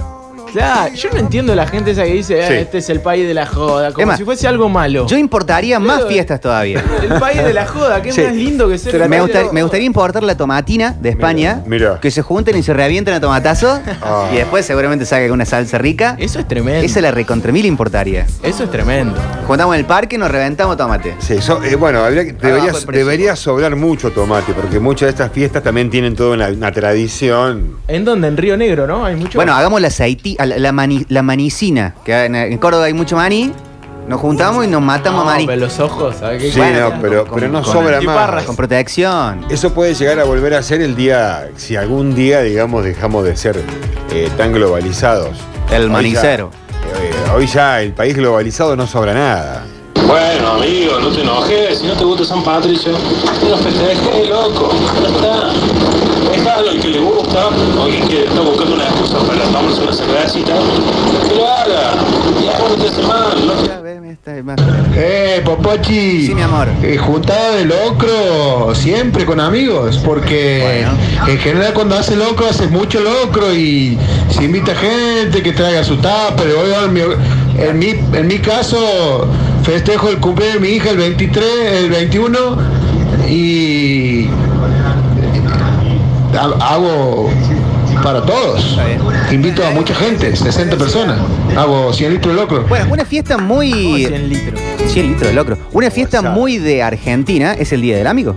[SPEAKER 3] Claro, yo no entiendo la gente esa que dice, "Ah,
[SPEAKER 2] Sí.
[SPEAKER 3] este es el país de la joda, como
[SPEAKER 1] Emma,
[SPEAKER 3] si fuese algo malo.
[SPEAKER 1] Yo importaría más
[SPEAKER 3] Claro.
[SPEAKER 1] fiestas todavía.
[SPEAKER 3] El país de la joda, que es
[SPEAKER 2] Sí.
[SPEAKER 3] más lindo que ser el
[SPEAKER 1] Me,
[SPEAKER 3] país
[SPEAKER 1] gusta-
[SPEAKER 3] de la
[SPEAKER 1] me
[SPEAKER 3] joda.
[SPEAKER 1] gustaría importar la tomatina de España.
[SPEAKER 2] Mira, mira.
[SPEAKER 1] Que se junten y se reavienten a tomatazo.
[SPEAKER 2] Ah.
[SPEAKER 1] Y después seguramente saquen una salsa rica.
[SPEAKER 3] Eso es tremendo.
[SPEAKER 1] Esa la recontremil importaría.
[SPEAKER 3] Eso es tremendo.
[SPEAKER 1] Juntamos en el parque, nos reventamos tomate.
[SPEAKER 2] Sí, so- eh, bueno, habría que-
[SPEAKER 1] Abajo
[SPEAKER 2] debería,
[SPEAKER 1] el precio.
[SPEAKER 2] debería sobrar mucho tomate, porque muchas de estas fiestas también tienen toda una, una tradición.
[SPEAKER 3] ¿En dónde? En Río Negro, ¿no? Hay mucho.
[SPEAKER 1] Bueno, hagamos la, saití- a la, la mani- la manicina. Que en, en Córdoba hay mucho maní. Nos juntamos y nos matamos
[SPEAKER 3] No,
[SPEAKER 1] a maní.
[SPEAKER 3] pero los ojos, ¿sabes qué?
[SPEAKER 2] Sí,
[SPEAKER 1] Bueno,
[SPEAKER 2] no, pero,
[SPEAKER 1] con-
[SPEAKER 2] pero no
[SPEAKER 1] con-
[SPEAKER 2] sobra
[SPEAKER 3] antiparras.
[SPEAKER 2] más.
[SPEAKER 1] Con protección.
[SPEAKER 2] Eso puede llegar a volver a ser el día, si algún día, digamos, dejamos de ser eh, tan globalizados.
[SPEAKER 1] El
[SPEAKER 2] Hoy ya-
[SPEAKER 1] manicero.
[SPEAKER 2] eh, hoy ya el país globalizado no sobra nada.
[SPEAKER 9] Bueno, amigo, no te enojes. Si no te gusta San Patricio, no festejes, eh, loco. Ya está. Dejalo al que le gusta, o al que está buscando una excusa para tomarse una cervecita, que lo haga. Y ahora te hace mal, ¿no?
[SPEAKER 1] Ya, ven, esta es más- Sí,
[SPEAKER 10] Eh, Popochi.
[SPEAKER 1] mi amor.
[SPEAKER 10] Eh, juntada de locro, siempre con amigos, porque en general cuando hace locro hace mucho locro y se invita gente que traiga su tapa, pero hoy en mi, en mi, en mi caso festejo el cumpleaños de mi hija el 23, el 21 y ha- hago para todos. Invito a mucha gente, 60 personas. Hago 100 litros de Ah, locro.
[SPEAKER 1] Bueno, una fiesta
[SPEAKER 3] Como
[SPEAKER 1] muy.
[SPEAKER 3] 100 litros.
[SPEAKER 1] 100 litros de locro. Una fiesta
[SPEAKER 2] Gonzalo.
[SPEAKER 1] muy de Argentina es el Día del Amigo.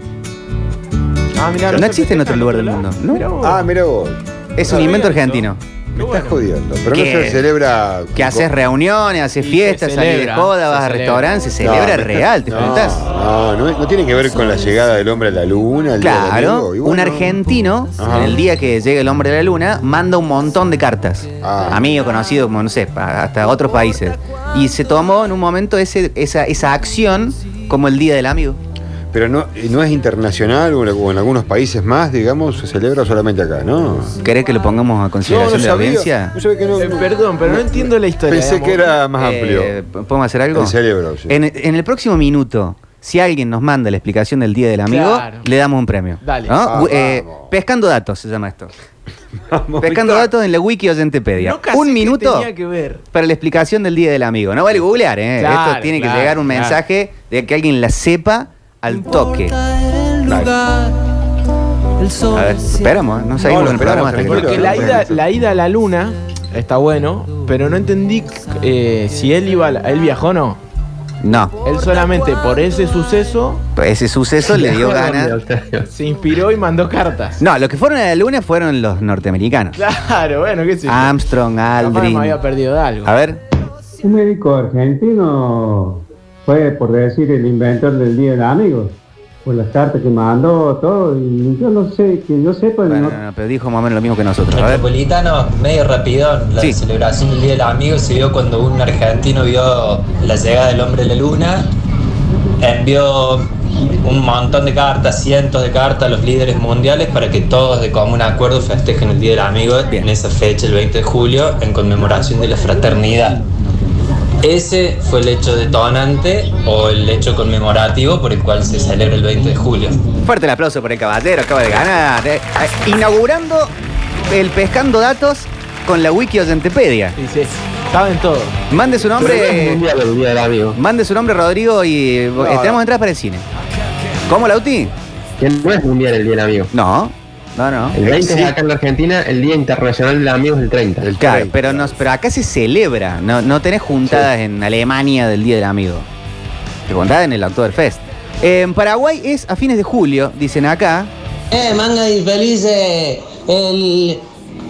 [SPEAKER 3] Ah, mirá,
[SPEAKER 1] No
[SPEAKER 3] se
[SPEAKER 1] existe en otro
[SPEAKER 3] festeja
[SPEAKER 1] lugar del
[SPEAKER 3] lado.
[SPEAKER 1] mundo, ¿no?
[SPEAKER 3] Mirá vos.
[SPEAKER 2] Ah, mira vos,
[SPEAKER 1] Es un
[SPEAKER 3] Ah,
[SPEAKER 1] invento
[SPEAKER 3] bien,
[SPEAKER 1] argentino.
[SPEAKER 2] me
[SPEAKER 3] Qué bueno.
[SPEAKER 2] estás jodiendo. Pero no
[SPEAKER 1] ¿Qué?
[SPEAKER 2] se celebra.
[SPEAKER 1] Que haces reuniones, haces
[SPEAKER 3] Y se
[SPEAKER 1] fiestas, salís de
[SPEAKER 3] celebra,
[SPEAKER 1] joda,
[SPEAKER 3] se
[SPEAKER 1] vas a
[SPEAKER 3] celebra.
[SPEAKER 1] restaurantes, se
[SPEAKER 2] No,
[SPEAKER 1] celebra
[SPEAKER 2] me-
[SPEAKER 1] real, te
[SPEAKER 2] no,
[SPEAKER 1] preguntás.
[SPEAKER 2] No, no, es- no tiene que ver con la llegada del hombre a la luna. el día del
[SPEAKER 1] Claro,
[SPEAKER 2] amigo, y
[SPEAKER 1] un
[SPEAKER 2] bueno.
[SPEAKER 1] argentino,
[SPEAKER 2] Ajá.
[SPEAKER 1] en el día que llega el hombre de la luna, manda un montón de cartas.
[SPEAKER 2] Ah.
[SPEAKER 1] Amigo, conocido, como no sé, pa- hasta otros países. Y se tomó en un momento ese- esa, esa acción como el Día del Amigo.
[SPEAKER 2] Pero no, no es internacional o en- o en algunos países más, digamos, se celebra solamente acá, ¿no?
[SPEAKER 1] ¿Querés que lo pongamos a
[SPEAKER 2] no
[SPEAKER 1] consideración de la
[SPEAKER 2] sabía.
[SPEAKER 1] audiencia?
[SPEAKER 2] No sabía que no-
[SPEAKER 3] Eh, perdón, pero no entiendo la historia.
[SPEAKER 2] Pensé
[SPEAKER 3] digamos.
[SPEAKER 2] que era más amplio.
[SPEAKER 1] Eh, ¿Podemos hacer algo?
[SPEAKER 2] El cerebro, sí.
[SPEAKER 1] En, en el próximo minuto, si alguien nos manda la explicación del Día del Amigo,
[SPEAKER 3] Claro.
[SPEAKER 1] le damos un premio.
[SPEAKER 3] Dale.
[SPEAKER 1] ¿No?
[SPEAKER 2] Ah,
[SPEAKER 1] Gu- eh,
[SPEAKER 2] vamos.
[SPEAKER 1] pescando datos se llama esto.
[SPEAKER 2] Vamos,
[SPEAKER 1] Pescando
[SPEAKER 2] Víctor.
[SPEAKER 1] datos en la wiki Oyentepedia.
[SPEAKER 3] No, casi
[SPEAKER 1] un
[SPEAKER 3] que
[SPEAKER 1] minuto
[SPEAKER 3] Tenía que ver.
[SPEAKER 1] para la explicación del Día del Amigo. No vale googlear, ¿eh?
[SPEAKER 3] Claro,
[SPEAKER 1] Esto tiene que
[SPEAKER 3] claro,
[SPEAKER 1] llegar un
[SPEAKER 3] claro.
[SPEAKER 1] mensaje de que alguien la sepa al toque. A ver, esperamos, ¿eh? no
[SPEAKER 2] No,
[SPEAKER 1] seguimos
[SPEAKER 2] lo
[SPEAKER 1] con el programa
[SPEAKER 2] esperamos, ¿eh?
[SPEAKER 1] hasta que-
[SPEAKER 2] tranquilo.
[SPEAKER 3] Porque la
[SPEAKER 2] no,
[SPEAKER 3] ida,
[SPEAKER 2] no, no.
[SPEAKER 3] la ida a la luna está bueno, pero no entendí eh, si él iba, a la- él viajó o no.
[SPEAKER 1] No,
[SPEAKER 3] Él solamente por ese suceso
[SPEAKER 1] ese suceso le dio ganas.
[SPEAKER 3] se inspiró y mandó cartas.
[SPEAKER 1] No, los que fueron a la luna fueron los norteamericanos.
[SPEAKER 3] Claro, bueno, qué sé yo.
[SPEAKER 2] Ah,
[SPEAKER 1] Armstrong,
[SPEAKER 3] Capaz me
[SPEAKER 1] Aldrin.
[SPEAKER 3] había perdido de algo.
[SPEAKER 1] A ver,
[SPEAKER 11] Un médico argentino fue, por decir, el inventor del Día del Amigo, por las cartas que mandó, todo, y yo no sé, que yo sepa,
[SPEAKER 1] bueno,
[SPEAKER 11] no-
[SPEAKER 1] no, no, pero dijo más o menos lo mismo que nosotros. A ver.
[SPEAKER 7] Metropolitano, medio rapidón, la
[SPEAKER 1] Sí.
[SPEAKER 7] celebración del Día del Amigo se dio cuando un argentino vio la llegada del hombre a la luna, envió un montón de cartas, cientos de cartas a los líderes mundiales para que todos de común acuerdo festejen el Día del Amigo en esa fecha, el 20 de julio, en conmemoración de la fraternidad. Ese fue el hecho detonante o el hecho conmemorativo por el cual se celebra el 20 de julio.
[SPEAKER 1] Fuerte el aplauso por el caballero, acaba de ganar. Eh, eh, Inaugurando el pescando datos con la wiki Oyentepedia.
[SPEAKER 3] Y se- saben todo.
[SPEAKER 1] Mande su nombre.
[SPEAKER 4] mundial el día del amigo.
[SPEAKER 1] Mande su nombre, Rodrigo, y eh, tenemos entradas para el cine. ¿Cómo, Lauti?
[SPEAKER 4] Que no es mundial el día del amigo.
[SPEAKER 1] No, no, no.
[SPEAKER 4] El 20
[SPEAKER 2] Sí.
[SPEAKER 4] es acá en la Argentina, el Día Internacional del Amigo es el 30.
[SPEAKER 2] El
[SPEAKER 1] Claro,
[SPEAKER 2] 30.
[SPEAKER 1] pero, nos, pero acá se celebra. No, no tenés juntadas en Alemania del Día del Amigo. Te juntadas en el Oktoberfest. En Paraguay es a fines de julio, dicen acá.
[SPEAKER 7] Eh, manga eh. de infelices, el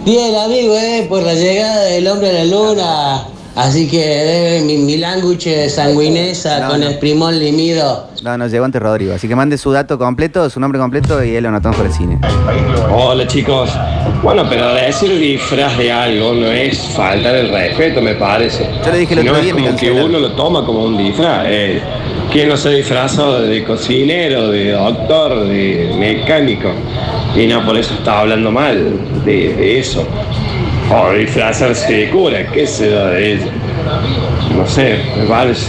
[SPEAKER 7] día del amigo eh, por la llegada del hombre a la luna. Así que debe mi, mi languche sanguinesa
[SPEAKER 1] No,
[SPEAKER 7] con
[SPEAKER 1] no.
[SPEAKER 7] el primón limido.
[SPEAKER 1] No, nos llegó antes Rodrigo. Así que mande su dato completo, su nombre completo y él lo anotamos por el cine.
[SPEAKER 4] ¿eh?
[SPEAKER 9] Hola chicos. Bueno, pero decir disfraz de algo no es faltar el respeto, me parece.
[SPEAKER 1] Yo le dije el
[SPEAKER 9] Sino
[SPEAKER 1] otro día,
[SPEAKER 9] es
[SPEAKER 1] me
[SPEAKER 9] como que
[SPEAKER 1] cancelaron.
[SPEAKER 9] uno lo toma como un disfraz. eh. ¿Quién no se disfrazó de cocinero, de doctor, de mecánico? Y no por eso estaba hablando mal de, de eso. O disfrazarse de cura, qué sé yo de eso. No sé, me parece.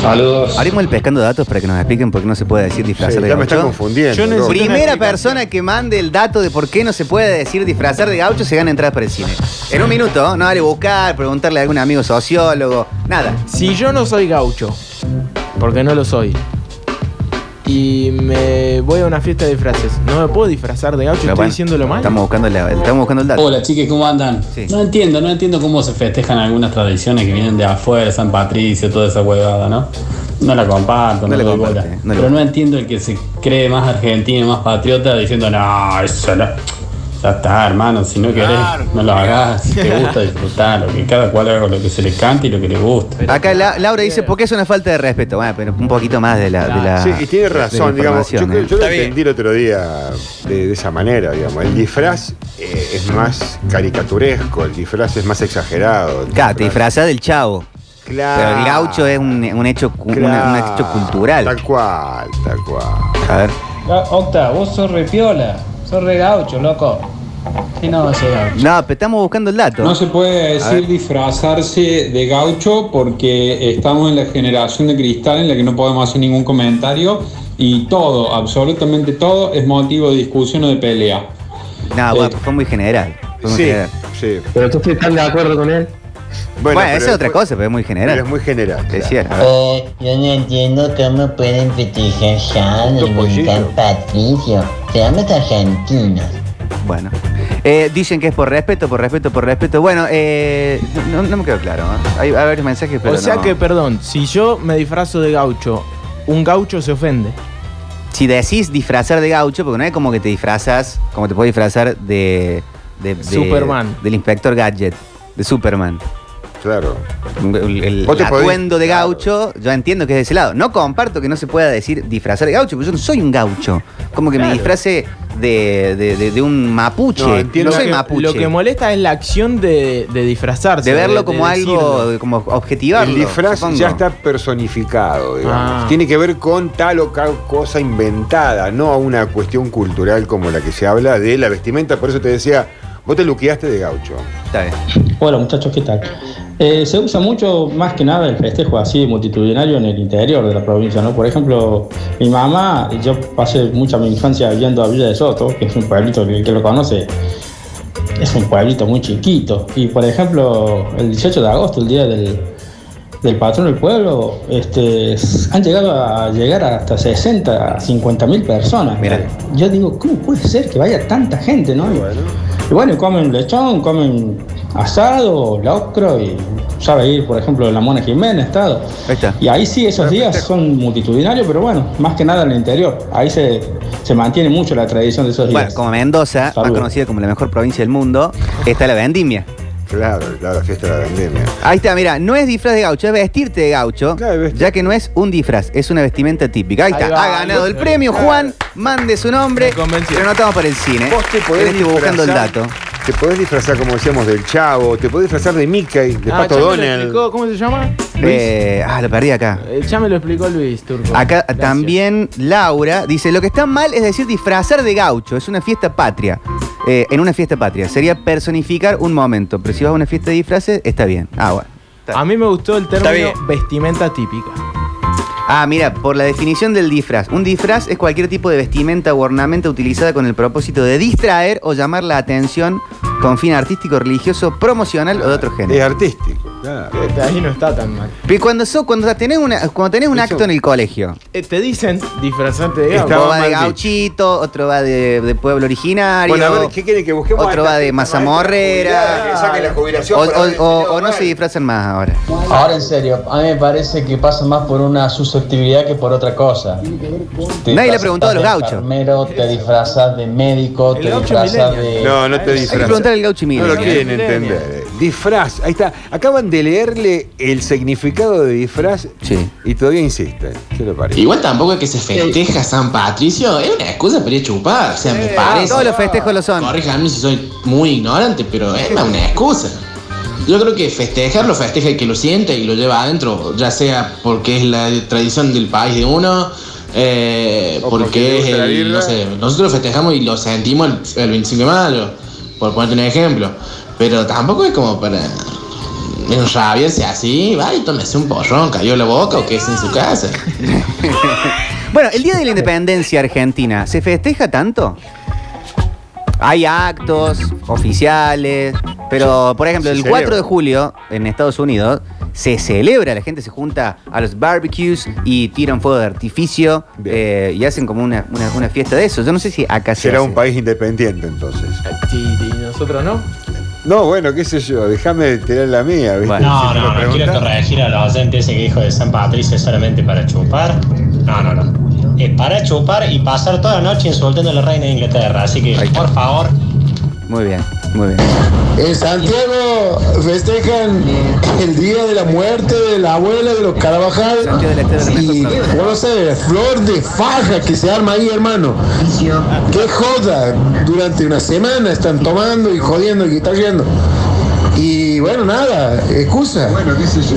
[SPEAKER 9] Saludos.
[SPEAKER 1] Abrimos el pescando datos para que nos expliquen por qué no se puede decir
[SPEAKER 2] Sí,
[SPEAKER 1] disfrazar de
[SPEAKER 2] ya me está
[SPEAKER 1] gaucho.
[SPEAKER 2] confundiendo.
[SPEAKER 3] Yo no
[SPEAKER 2] loco.
[SPEAKER 3] necesito-
[SPEAKER 1] Primera
[SPEAKER 3] Una
[SPEAKER 1] persona que mande el dato de por qué no se puede decir disfrazar de gaucho se gana entradas para el cine. En un minuto, no vale buscar, preguntarle a algún amigo sociólogo, nada.
[SPEAKER 3] Si yo no soy gaucho, porque no lo soy, y me voy a una fiesta de disfraces, no me puedo disfrazar de gaucho,
[SPEAKER 1] Pero
[SPEAKER 3] estoy
[SPEAKER 1] bueno,
[SPEAKER 3] diciéndolo mal.
[SPEAKER 1] Estamos buscando, la- estamos buscando el dato.
[SPEAKER 7] Hola chicos, ¿cómo andan?
[SPEAKER 1] Sí.
[SPEAKER 7] No entiendo, no entiendo cómo se festejan algunas tradiciones que vienen de afuera, San Patricio, toda esa huevada, ¿no? No la comparto,
[SPEAKER 1] No
[SPEAKER 7] no,
[SPEAKER 1] la
[SPEAKER 7] la
[SPEAKER 1] comparte,
[SPEAKER 7] bola.
[SPEAKER 1] no la
[SPEAKER 7] Pero no entiendo el que se cree más argentino y más patriota diciendo, no, eso no. Ya está, hermano, si no querés, no lo hagas, si te gusta disfrutar, que cada cual haga lo que se le cante y lo que le gusta.
[SPEAKER 1] Acá La- Laura dice, ¿por qué es una falta de respeto? Bueno, pero un poquito más de la... de la-
[SPEAKER 2] Sí, y tiene
[SPEAKER 1] de la
[SPEAKER 2] razón, digamos. Yo,
[SPEAKER 1] información,
[SPEAKER 2] creo-
[SPEAKER 1] ¿eh?
[SPEAKER 2] yo lo entendí el otro día de, de esa manera, digamos. El disfraz eh, es más caricaturesco, el disfraz es más exagerado. el
[SPEAKER 1] Claro, te disfrazás del chavo.
[SPEAKER 2] Claro.
[SPEAKER 1] Pero el gaucho es un, un hecho, cu- un- un
[SPEAKER 2] Claro,
[SPEAKER 1] hecho cultural.
[SPEAKER 2] Tal cual, tal cual.
[SPEAKER 1] A ver.
[SPEAKER 7] Ah, Octa, vos sos re piola, sos re gaucho, loco. ¿Qué no va a llegar?
[SPEAKER 1] No, pero estamos buscando el dato.
[SPEAKER 12] No se puede decir disfrazarse de gaucho porque estamos en la generación de cristal en la que no podemos hacer ningún comentario y todo, absolutamente todo, es motivo de discusión o de pelea. Eh,
[SPEAKER 1] No,
[SPEAKER 12] Sí.
[SPEAKER 1] bueno, fue muy general. Fue muy
[SPEAKER 2] Sí,
[SPEAKER 1] general.
[SPEAKER 2] sí.
[SPEAKER 4] Pero tú estoy tan de acuerdo con él.
[SPEAKER 1] Bueno,
[SPEAKER 2] pero
[SPEAKER 1] esa es otra
[SPEAKER 2] fue-
[SPEAKER 1] cosa, pero es muy general.
[SPEAKER 2] Pero es muy general.
[SPEAKER 1] Es
[SPEAKER 2] claro.
[SPEAKER 1] cierto.
[SPEAKER 7] Eh, yo no entiendo cómo pueden festejar
[SPEAKER 2] Halloween, Topollillo. San
[SPEAKER 7] Patricio. Seamos argentinos.
[SPEAKER 1] Bueno. Eh, dicen que es por respeto, por respeto, por respeto. Bueno, eh, no, no me quedó claro. ¿eh? Hay, hay varios mensajes, pero
[SPEAKER 3] o sea
[SPEAKER 1] no.
[SPEAKER 3] que, perdón, si yo me disfrazo de gaucho, un gaucho se ofende.
[SPEAKER 1] Si decís disfrazar de gaucho, porque no es como que te disfrazas, como te puedes disfrazar de, de- de-
[SPEAKER 3] Superman.
[SPEAKER 1] Del inspector Gadget, de Superman.
[SPEAKER 2] Claro.
[SPEAKER 1] El, el
[SPEAKER 2] Vos te podés-
[SPEAKER 1] atuendo de gaucho, yo entiendo que es de ese lado. No comparto que no se pueda decir disfrazar de gaucho, porque yo no soy un gaucho. Como que me disfrace de, de- de- de un mapuche.
[SPEAKER 2] No,
[SPEAKER 1] No,
[SPEAKER 2] entiendo
[SPEAKER 1] soy
[SPEAKER 2] que-
[SPEAKER 1] mapuche.
[SPEAKER 3] Lo que molesta es la acción de, de disfrazarse.
[SPEAKER 1] de verlo como
[SPEAKER 3] decirlo.
[SPEAKER 1] algo, como objetivarlo.
[SPEAKER 2] El disfraz
[SPEAKER 1] supongo.
[SPEAKER 2] ya está personificado, digamos.
[SPEAKER 3] Ah.
[SPEAKER 2] Tiene que ver con tal o tal cosa inventada, no a una cuestión cultural como la que se habla de la vestimenta. Por eso te decía, vos te luqueaste de gaucho.
[SPEAKER 1] Está bien.
[SPEAKER 7] Hola muchachos, ¿qué tal? Eh, se usa mucho más que nada el festejo así multitudinario en el interior de la provincia, ¿no? Por ejemplo, mi mamá, yo pasé mucha mi infancia viviendo a Villa de Soto, que es un pueblito que, que lo conoce, es un pueblito muy chiquito. Y por ejemplo, el 18 de agosto, el día del, del patrón del pueblo, este, s- han llegado a llegar hasta 60, 50 mil personas.
[SPEAKER 1] Mira.
[SPEAKER 7] Yo digo, ¿cómo puede ser que vaya tanta gente, no?
[SPEAKER 13] Y bueno, comen lechón, comen asado, locro y sabe ir, por ejemplo, la Mona Jiménez, estado. Y ahí sí, esos días son multitudinarios, pero bueno, más que nada en el interior. Ahí se, se mantiene mucho la tradición de esos días.
[SPEAKER 1] Bueno, como Mendoza, más
[SPEAKER 13] Saludos.
[SPEAKER 1] conocida como la mejor provincia del mundo, está la vendimia.
[SPEAKER 2] Claro, claro, la fiesta de la vendimia.
[SPEAKER 1] Ahí está, mira, no es disfraz de gaucho, es vestirte de gaucho, ya que no es un disfraz, es una vestimenta típica. Ahí,
[SPEAKER 2] Ahí
[SPEAKER 1] está,
[SPEAKER 2] va.
[SPEAKER 1] ha ganado el premio, Juan, mande su nombre, pero no estamos para el cine.
[SPEAKER 2] Vos te podés
[SPEAKER 1] Tenés que ir buscando el
[SPEAKER 2] disfrazar.
[SPEAKER 1] dato.
[SPEAKER 2] Te podés disfrazar, como decíamos, del Chavo, te podés disfrazar de Mickey, de
[SPEAKER 3] Ah,
[SPEAKER 2] Pato
[SPEAKER 3] ya me lo
[SPEAKER 2] Donald.
[SPEAKER 3] explicó, ¿Cómo se llama?
[SPEAKER 1] Eh, ah, lo perdí acá.
[SPEAKER 3] Eh, Ya me lo explicó Luis Turco.
[SPEAKER 1] Acá también Laura dice, lo que está mal es decir disfrazar de gaucho, es una fiesta patria. Eh, en una fiesta patria, sería personificar un momento, pero si vas a una fiesta de disfraces, está bien. Ah, bueno.
[SPEAKER 3] A mí me gustó el
[SPEAKER 1] Está
[SPEAKER 3] término vestimenta típica.
[SPEAKER 1] Ah, mira, por la definición del disfraz. Un disfraz es cualquier tipo de vestimenta o ornamento utilizada con el propósito de distraer o llamar la atención con fin artístico, religioso, promocional o de otro género.
[SPEAKER 2] Es artístico, claro.
[SPEAKER 3] Este, Ahí no está tan mal.
[SPEAKER 1] Pero cuando, so- cuando tenés, una- cuando tenés un acto en el colegio,
[SPEAKER 3] Eh, te dicen disfrazarte de
[SPEAKER 1] Uno va de
[SPEAKER 3] mal dicho.
[SPEAKER 1] gauchito, otro va de, de pueblo originario.
[SPEAKER 2] Bueno, a ver, ¿qué quieren que busquemos?
[SPEAKER 1] Otro
[SPEAKER 2] Esta-
[SPEAKER 1] va de
[SPEAKER 2] esta maestra jubilada
[SPEAKER 1] mazamorrera.
[SPEAKER 2] que saque la
[SPEAKER 1] O,
[SPEAKER 2] jubilación para
[SPEAKER 1] o- o- o no se disfrazan más ahora.
[SPEAKER 13] Ahora en serio, a mí me parece que pasa más por una susceptibilidad que por otra cosa. Te
[SPEAKER 1] Nadie le
[SPEAKER 13] disfrazas
[SPEAKER 1] preguntó a los
[SPEAKER 13] de
[SPEAKER 1] gauchos.
[SPEAKER 13] enfermero, te disfrazas de médico, te disfrazas de.
[SPEAKER 2] No, no te
[SPEAKER 1] Hay que
[SPEAKER 2] disfrazas.
[SPEAKER 1] preguntar al gaucho
[SPEAKER 2] No
[SPEAKER 1] Emilio.
[SPEAKER 2] lo quieren
[SPEAKER 1] Emilio.
[SPEAKER 2] entender. Disfraz, ahí está. Acaban de leerle el significado de disfraz y todavía insisten. ¿Qué le parece?
[SPEAKER 5] Igual tampoco es que se festeja San Patricio, es una excusa para ir a chupar, o sea, me parece.
[SPEAKER 1] todos los festejos lo son.
[SPEAKER 5] Corríjame si soy muy ignorante, pero es una excusa. Yo creo que festejar lo festeja el que lo siente y lo lleva adentro, ya sea porque es la tradición del país de uno, eh, porque,
[SPEAKER 2] le
[SPEAKER 5] es
[SPEAKER 2] gusta la
[SPEAKER 5] el,
[SPEAKER 2] birra.
[SPEAKER 5] no sé, nosotros festejamos y lo sentimos el, el 25 de mayo, por ponerte un ejemplo. Pero tampoco es como para enrabiarse así, va y tómese un porrón, cayó la boca o que es en su casa.
[SPEAKER 1] Bueno, el Día de la Independencia Argentina, ¿se festeja tanto? Hay actos oficiales, pero por ejemplo,
[SPEAKER 2] Se
[SPEAKER 1] el
[SPEAKER 2] celebra.
[SPEAKER 1] 4 de julio en Estados Unidos se celebra, la gente se junta a los barbecues y tiran fuego de artificio eh, y hacen como una, una- una fiesta de eso. Yo no sé si acá se
[SPEAKER 2] Será
[SPEAKER 1] hace.
[SPEAKER 2] un país independiente entonces.
[SPEAKER 3] Sí, sí, nosotros no.
[SPEAKER 2] No, bueno, qué sé yo, déjame tirar la mía, ¿viste?
[SPEAKER 7] No,
[SPEAKER 2] Si me lo
[SPEAKER 7] no, no, quiero
[SPEAKER 2] preguntan.
[SPEAKER 7] corregir a la docente ese que dijo de San Patricio es solamente para chupar. No, no, no. Es para chupar y pasar toda la noche insultando a la reina de Inglaterra. Así que, por favor.
[SPEAKER 1] Muy bien, muy bien.
[SPEAKER 10] En Santiago festejan el día de la muerte de la abuela de los Carabajal. Y vos no sabés, flor de faja que se arma ahí, hermano. Qué joda. Durante una semana están tomando y jodiendo y está yendo. Y bueno, nada, excusa.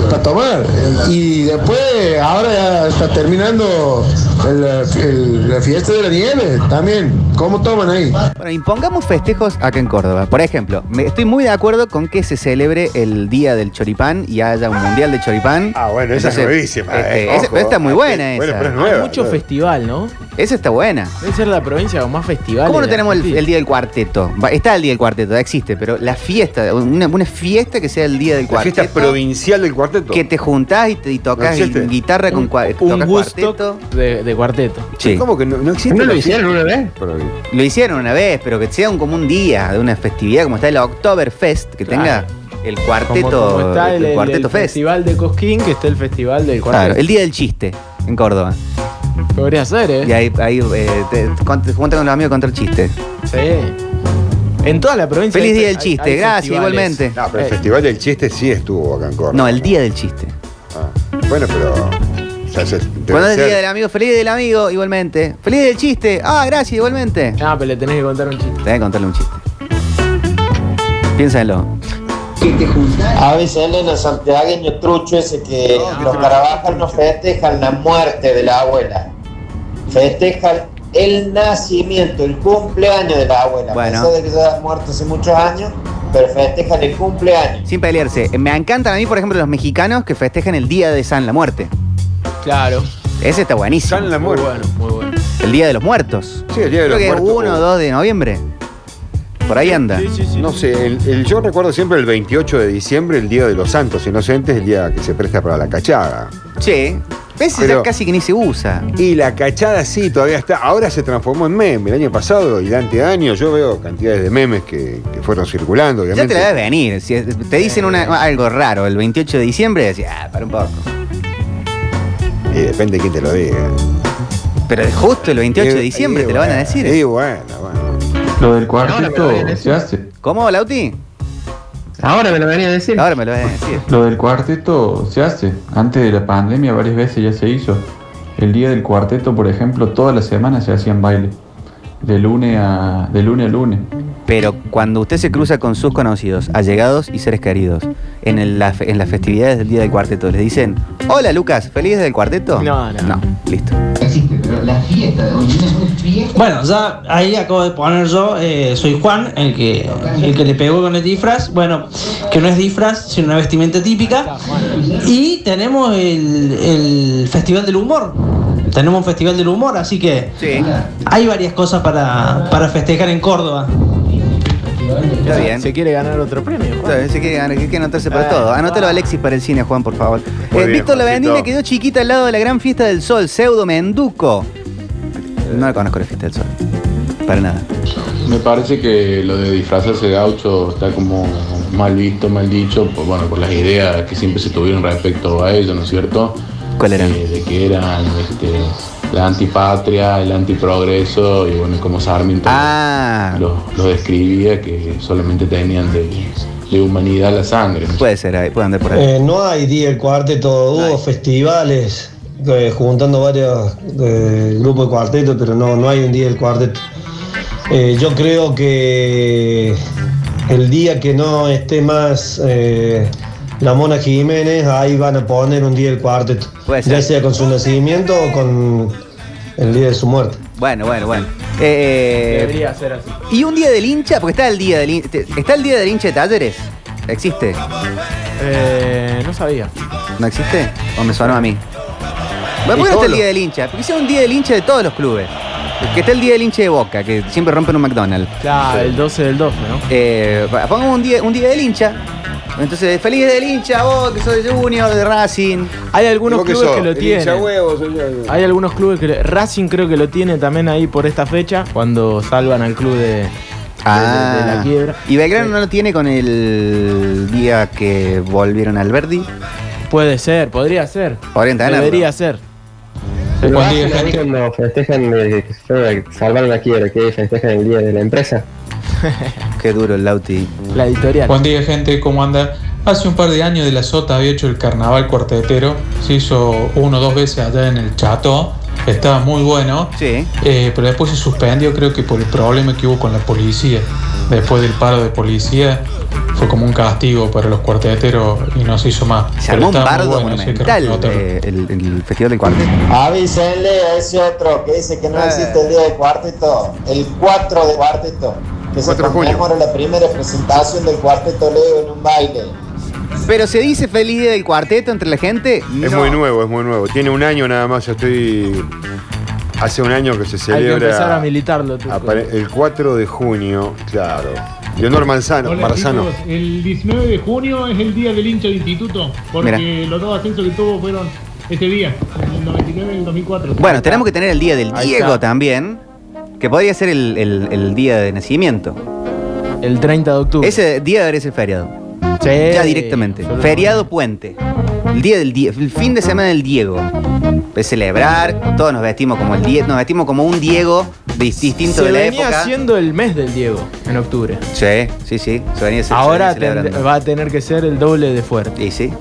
[SPEAKER 10] Para tomar. Y después, ahora ya está terminando el- el- la fiesta de la nieve también. ¿Cómo toman ahí?
[SPEAKER 1] Bueno, impongamos festejos acá en Córdoba. Por ejemplo, me- estoy muy de acuerdo con que se celebre el Día del Choripán y haya un Mundial de Choripán.
[SPEAKER 2] Ah, bueno, esa es nuevísima, eh,
[SPEAKER 1] este, esa-
[SPEAKER 2] ojo.
[SPEAKER 1] está muy buena
[SPEAKER 2] Bueno,
[SPEAKER 1] esa.
[SPEAKER 2] pero es nueva,
[SPEAKER 3] Mucho
[SPEAKER 2] claro.
[SPEAKER 3] festival, ¿no?
[SPEAKER 1] Esa está buena.
[SPEAKER 3] Debe ser la provincia con más festivales.
[SPEAKER 1] ¿Cómo no
[SPEAKER 3] de
[SPEAKER 1] tenemos el,
[SPEAKER 3] Argentina.
[SPEAKER 1] el Día del Cuarteto? Va, Está el Día del Cuarteto, ya existe, pero la fiesta, una, una fiesta que sea el Día del
[SPEAKER 2] La
[SPEAKER 1] Cuarteto.
[SPEAKER 2] fiesta provincial del cuarteto.
[SPEAKER 1] Que te juntás y, te, y tocas
[SPEAKER 2] No existe.
[SPEAKER 1] guitarra con cua-
[SPEAKER 3] Un
[SPEAKER 1] tocas
[SPEAKER 3] gusto de, de cuarteto.
[SPEAKER 1] cuarteto. Sí.
[SPEAKER 2] ¿Cómo que no, no existe?
[SPEAKER 1] ¿No lo
[SPEAKER 2] la fiesta?
[SPEAKER 1] hicieron una vez?
[SPEAKER 2] Provi-
[SPEAKER 1] Lo hicieron una vez, pero que sea un, como un día de una festividad, como está el Oktoberfest, que
[SPEAKER 3] Claro.
[SPEAKER 1] tenga el
[SPEAKER 3] Como-
[SPEAKER 1] cuarteto,
[SPEAKER 3] como está el,
[SPEAKER 1] el
[SPEAKER 3] el-
[SPEAKER 1] cuarteto
[SPEAKER 3] el
[SPEAKER 1] fest.
[SPEAKER 3] festival de Cosquín, que está el festival del cuarteto.
[SPEAKER 1] Claro, el día del chiste en Córdoba.
[SPEAKER 3] Podría ser, ¿eh?
[SPEAKER 1] Y ahí, ahí eh, te, con- te juntan con los amigos a contar chistes.
[SPEAKER 3] Sí. En toda la provincia.
[SPEAKER 1] Feliz
[SPEAKER 3] hay-
[SPEAKER 1] día del
[SPEAKER 3] hay-
[SPEAKER 1] chiste,
[SPEAKER 3] hay
[SPEAKER 1] gracias,
[SPEAKER 3] festivales.
[SPEAKER 1] igualmente.
[SPEAKER 2] No, pero el
[SPEAKER 1] Eh,
[SPEAKER 2] Festival del Chiste sí estuvo acá en Córdoba.
[SPEAKER 1] no, el día del chiste.
[SPEAKER 2] Ah, bueno, pero. ya se-
[SPEAKER 1] Cuando
[SPEAKER 2] debe
[SPEAKER 1] es el día
[SPEAKER 2] ser-
[SPEAKER 1] del amigo, feliz del amigo, igualmente. Feliz del chiste, ah, gracias, igualmente.
[SPEAKER 3] Ah, pero le tenés que contar un chiste.
[SPEAKER 1] Tenés que contarle un chiste. Piénsalo.
[SPEAKER 14] A veces los santiagueños trucho ese que los carabajos no festejan la muerte de la abuela. Festejan el nacimiento, el cumpleaños de la abuela.
[SPEAKER 1] Bueno.
[SPEAKER 14] A pesar de que ya ha muerto hace muchos años, pero festejan el cumpleaños.
[SPEAKER 1] Sin pelearse. Me encantan a mí, por ejemplo, los mexicanos que festejan el día de San la Muerte.
[SPEAKER 3] Claro.
[SPEAKER 1] Ese está buenísimo.
[SPEAKER 2] San la Muerte.
[SPEAKER 3] Bueno, muy bueno.
[SPEAKER 1] El día de los muertos.
[SPEAKER 2] Sí, el Día de los
[SPEAKER 1] Creo que es
[SPEAKER 2] Muertos.
[SPEAKER 1] 1 o 2 de noviembre. Por ahí anda.
[SPEAKER 2] No sé, el- el- yo recuerdo siempre el 28 de diciembre, el Día de los Santos Inocentes, el día que se presta para la cachada.
[SPEAKER 1] Sí. Ese ya casi que ni se usa.
[SPEAKER 2] Y la cachada Ah, sí, todavía está. Ahora se transformó en meme. El año pasado y el anteaño yo veo cantidades de memes que, que fueron circulando,
[SPEAKER 1] Ya te
[SPEAKER 2] obviamente.
[SPEAKER 1] la debes venir. Si te dicen una-
[SPEAKER 2] Eh.
[SPEAKER 1] algo raro el 28 de diciembre, decís, ah, para un poco.
[SPEAKER 2] Y depende de quién te lo diga.
[SPEAKER 1] Pero justo el 28 de diciembre te lo van a decir. eh.
[SPEAKER 2] Sí, Eh, bueno, bueno.
[SPEAKER 1] Lo del
[SPEAKER 4] Ahora me lo viene a decir.
[SPEAKER 1] ¿Cómo, Lauti?
[SPEAKER 4] Ahora me lo venía a decir.
[SPEAKER 1] Ahora me lo venía a decir.
[SPEAKER 15] Lo del cuarteto se hace. Antes de la pandemia varias veces ya se hizo. El día del cuarteto, por ejemplo, todas las semanas se hacían baile. De lunes a, de lunes, a lunes.
[SPEAKER 1] Pero cuando usted se cruza con sus conocidos, allegados y seres queridos, en, el- la fe- en las festividades del Día del Cuarteto, ¿les dicen, hola Lucas, feliz del cuarteto? No, no. No, listo.
[SPEAKER 16] La fiesta de hoy es una fiesta.
[SPEAKER 17] Bueno, ya ahí acabo de poner yo, eh, soy Juan, el que, el que le pegó con el disfraz, bueno, que no es disfraz, sino una vestimenta típica. Y tenemos el, el Festival del Humor, tenemos un Festival del Humor, así que hay varias cosas para, para festejar en Córdoba.
[SPEAKER 1] Está bien. Se
[SPEAKER 3] quiere ganar otro premio.
[SPEAKER 1] se quiere ganar, hay que anotarse para todo. Anótalo Alexis para el cine, Juan, por favor.
[SPEAKER 3] Muy
[SPEAKER 1] Eh,
[SPEAKER 3] bien,
[SPEAKER 1] Víctor Lavandina
[SPEAKER 3] Juancito.
[SPEAKER 1] quedó chiquita al lado de la gran fiesta del sol, pseudo Menduco. No la conozco la fiesta del sol. Para nada.
[SPEAKER 15] Me parece que lo de disfrazarse de gaucho está como mal visto, mal dicho, por, bueno, por las ideas que siempre se tuvieron respecto a ello, ¿no es cierto? Eh,
[SPEAKER 1] ¿Cuál eran?
[SPEAKER 15] de que eran este, la antipatria, el antiprogreso, y bueno, como Sarmiento
[SPEAKER 1] Ah.
[SPEAKER 15] lo, lo describía, que solamente tenían de, de humanidad la sangre.
[SPEAKER 1] Puede ser, ahí, puede andar por
[SPEAKER 8] Eh, no hay día del cuarteto, hubo festivales eh, juntando varios eh, grupos de cuarteto, pero no, no hay un día del cuarteto. Eh, yo creo que el día que no esté más eh, la Mona Jiménez, ahí van a poner un día del cuarteto, ya sea con su nacimiento o con el día de su muerte.
[SPEAKER 1] Bueno, bueno, bueno. Eh,
[SPEAKER 3] Debería ser así.
[SPEAKER 1] ¿Y un día del hincha? Porque está el día del hincha. ¿Está el día del hincha de talleres? ¿Existe?
[SPEAKER 3] Eh, no sabía.
[SPEAKER 1] ¿No existe? ¿O me sonó a mí? Bueno, ¿Por qué no está el día del hincha? Porque sea un día del hincha de todos los clubes. Que está el día del hincha de Boca, que siempre rompen un McDonald's.
[SPEAKER 3] Claro, el 12 del 12, ¿no?
[SPEAKER 1] Eh, pa- pongamos un día, un día del hincha. Entonces, feliz día del hincha, vos que sos de Junior, de Racing.
[SPEAKER 3] Hay algunos clubes que lo tienen.
[SPEAKER 2] huevos,
[SPEAKER 3] Hay algunos clubes que. Racing creo que lo tiene también ahí por esta fecha, cuando salvan al club de, de-
[SPEAKER 1] Ah,
[SPEAKER 3] de la quiebra.
[SPEAKER 1] Y Belgrano no lo tiene con el día que volvieron al Verdi.
[SPEAKER 3] Puede ser, podría ser.
[SPEAKER 1] Podrían tenerlo.
[SPEAKER 3] Debería ser.
[SPEAKER 4] Pero
[SPEAKER 1] Pues
[SPEAKER 4] hacen ahí cuando festejan eh, que se salvaron la quiebra, que festejan el día de la empresa.
[SPEAKER 1] Qué duro el Lauti.
[SPEAKER 3] La editorial.
[SPEAKER 12] Buen día, gente, ¿cómo anda? Hace un par de años de la Sota había hecho el carnaval cuartetero. Se hizo uno o dos veces allá en el Chato. Estaba muy bueno. Eh, pero después se suspendió, creo que por el problema que hubo con la policía. Después del paro de policía, fue como un castigo para los cuarteteros y no se hizo más.
[SPEAKER 1] Se
[SPEAKER 12] Pero
[SPEAKER 1] armó un
[SPEAKER 12] estaba muy
[SPEAKER 1] bardo
[SPEAKER 12] bueno, así que
[SPEAKER 1] monumental
[SPEAKER 12] respetarlo.
[SPEAKER 1] eh, el, el Festival del Cuarteto.
[SPEAKER 14] Avísenle a ese otro que dice que no existe el día de cuarteto, el 4 de cuarteto, que se
[SPEAKER 1] 4 de junio.
[SPEAKER 14] conmemora la primera presentación del cuarteto Leo en un baile.
[SPEAKER 1] Pero se dice feliz día del cuarteto entre la gente.
[SPEAKER 2] Es
[SPEAKER 1] No.
[SPEAKER 2] muy nuevo, es muy nuevo. Tiene un año nada más, yo estoy. Hace un año que se
[SPEAKER 3] Hay que
[SPEAKER 2] celebra.
[SPEAKER 3] empezar a militarlo. Turco.
[SPEAKER 2] apare- El 4 de junio, claro. Leonor Manzano,
[SPEAKER 18] Hola,
[SPEAKER 2] Marzano.
[SPEAKER 18] chicos. El 19 de junio es el día del hincha de instituto, porque
[SPEAKER 1] Mirá.
[SPEAKER 18] los dos ascensos que tuvo fueron ese día, el 99 y el 2004.
[SPEAKER 1] Bueno, tenemos que tener el día del
[SPEAKER 18] Ahí
[SPEAKER 1] Diego
[SPEAKER 18] está.
[SPEAKER 1] también, que podría ser el, el- el día de nacimiento.
[SPEAKER 3] El 30 de octubre.
[SPEAKER 1] Ese día debería ser feriado.
[SPEAKER 3] Sí.
[SPEAKER 1] Ya directamente.
[SPEAKER 3] Absolutamente.
[SPEAKER 1] Feriado puente. El día del Die- el fin de semana del Diego. Es celebrar, todos nos vestimos como el Diego, nos vestimos como un Diego dis- distinto
[SPEAKER 3] Se
[SPEAKER 1] de la
[SPEAKER 3] venía
[SPEAKER 1] época.
[SPEAKER 3] siendo el mes del Diego en octubre.
[SPEAKER 1] Sí, sí, sí. Se venía, se-
[SPEAKER 3] Ahora
[SPEAKER 1] se venía
[SPEAKER 3] tend-
[SPEAKER 1] celebrando.
[SPEAKER 3] va a tener que ser el doble de fuerte.
[SPEAKER 1] Y sí.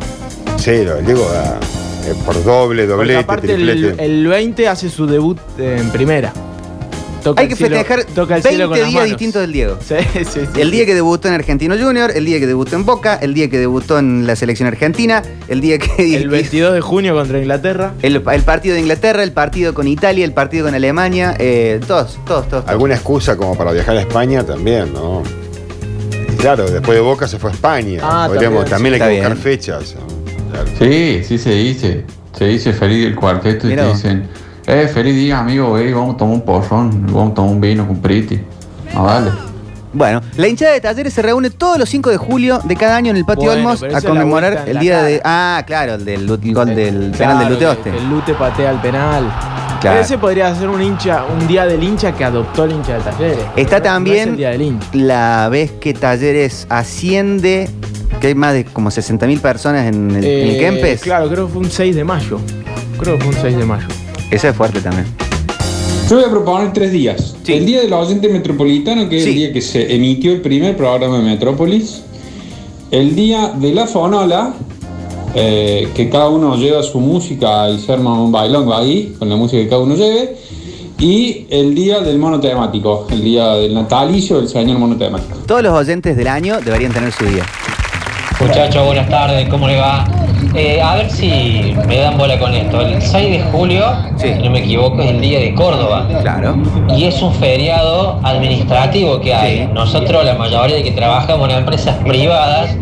[SPEAKER 2] Sí, lo Diego da, eh, por doble,
[SPEAKER 3] Porque
[SPEAKER 2] doblete,
[SPEAKER 3] aparte
[SPEAKER 2] triplete.
[SPEAKER 3] el, el 20 hace su debut eh, en primera. Toca
[SPEAKER 1] Hay
[SPEAKER 3] el
[SPEAKER 1] que
[SPEAKER 3] cielo-
[SPEAKER 1] festejar
[SPEAKER 3] toca el
[SPEAKER 1] 20
[SPEAKER 3] cielo con las
[SPEAKER 1] días
[SPEAKER 3] manos.
[SPEAKER 1] distintos del Diego.
[SPEAKER 3] Sí, sí, sí.
[SPEAKER 1] El día que debutó en Argentino Junior, el día que debutó en Boca, el día que debutó en la selección argentina, el día que...
[SPEAKER 3] El 22 de junio contra Inglaterra.
[SPEAKER 1] El, el partido de Inglaterra, el partido con Italia, el partido con Alemania, eh, todos, todos, todos.
[SPEAKER 2] Alguna excusa como para viajar a España también, ¿no? Claro, después de Boca se fue a España.
[SPEAKER 15] Ah,
[SPEAKER 2] Podríamos-
[SPEAKER 15] también,
[SPEAKER 2] también,
[SPEAKER 15] sí,
[SPEAKER 2] hay que
[SPEAKER 15] está
[SPEAKER 2] buscar fechas.
[SPEAKER 15] Sí, sí se dice. Se dice feliz el cuarteto y
[SPEAKER 2] Mirá
[SPEAKER 15] te
[SPEAKER 2] vos.
[SPEAKER 15] dicen, eh, feliz día, amigo, eh, vamos a tomar un porrón, vamos a tomar un vino con Priti. Ah, vale.
[SPEAKER 1] Bueno, la hinchada de Talleres se reúne todos los 5 de julio de cada año en el Patio
[SPEAKER 3] Bueno,
[SPEAKER 1] Olmos
[SPEAKER 3] pero
[SPEAKER 1] a
[SPEAKER 3] eso es la
[SPEAKER 1] conmemorar
[SPEAKER 3] vuelta en
[SPEAKER 1] el
[SPEAKER 3] la
[SPEAKER 1] día
[SPEAKER 3] cara.
[SPEAKER 1] de. Ah, claro, el del el gol del penal del
[SPEAKER 3] Claro,
[SPEAKER 1] Luteoste.
[SPEAKER 3] que El Lute patea al penal.
[SPEAKER 1] Claro.
[SPEAKER 3] Ese podría ser un hincha, un día del hincha que adoptó el hincha de Talleres.
[SPEAKER 1] Está
[SPEAKER 3] No- no es
[SPEAKER 1] también
[SPEAKER 3] el día del hincha.
[SPEAKER 1] la vez que Talleres asciende, que hay más de como 60.000 personas en el, en el
[SPEAKER 3] Eh,
[SPEAKER 1] Kempes.
[SPEAKER 3] Claro, creo que fue un 6 de mayo. Creo que fue un 6 de mayo.
[SPEAKER 1] Esa es fuerte también.
[SPEAKER 12] Yo voy a proponer tres días. El día del oyente metropolitano, que es el día que se emitió el primer programa de Metrópolis. El día de la fonola, eh, que cada uno lleva su música y se arma un bailongo ahí, con la música que cada uno lleve. Y el día del monotemático, el día del natalicio del señor monotemático.
[SPEAKER 1] Todos los oyentes del año deberían tener su día.
[SPEAKER 19] Muchachos, buenas tardes, ¿cómo le va? Eh, a ver si me dan bola con esto. El 6 de julio, si no me equivoco, es el día de Córdoba.
[SPEAKER 1] Claro.
[SPEAKER 19] Y es un feriado administrativo que hay. Nosotros, la mayoría de que trabajamos en empresas privadas,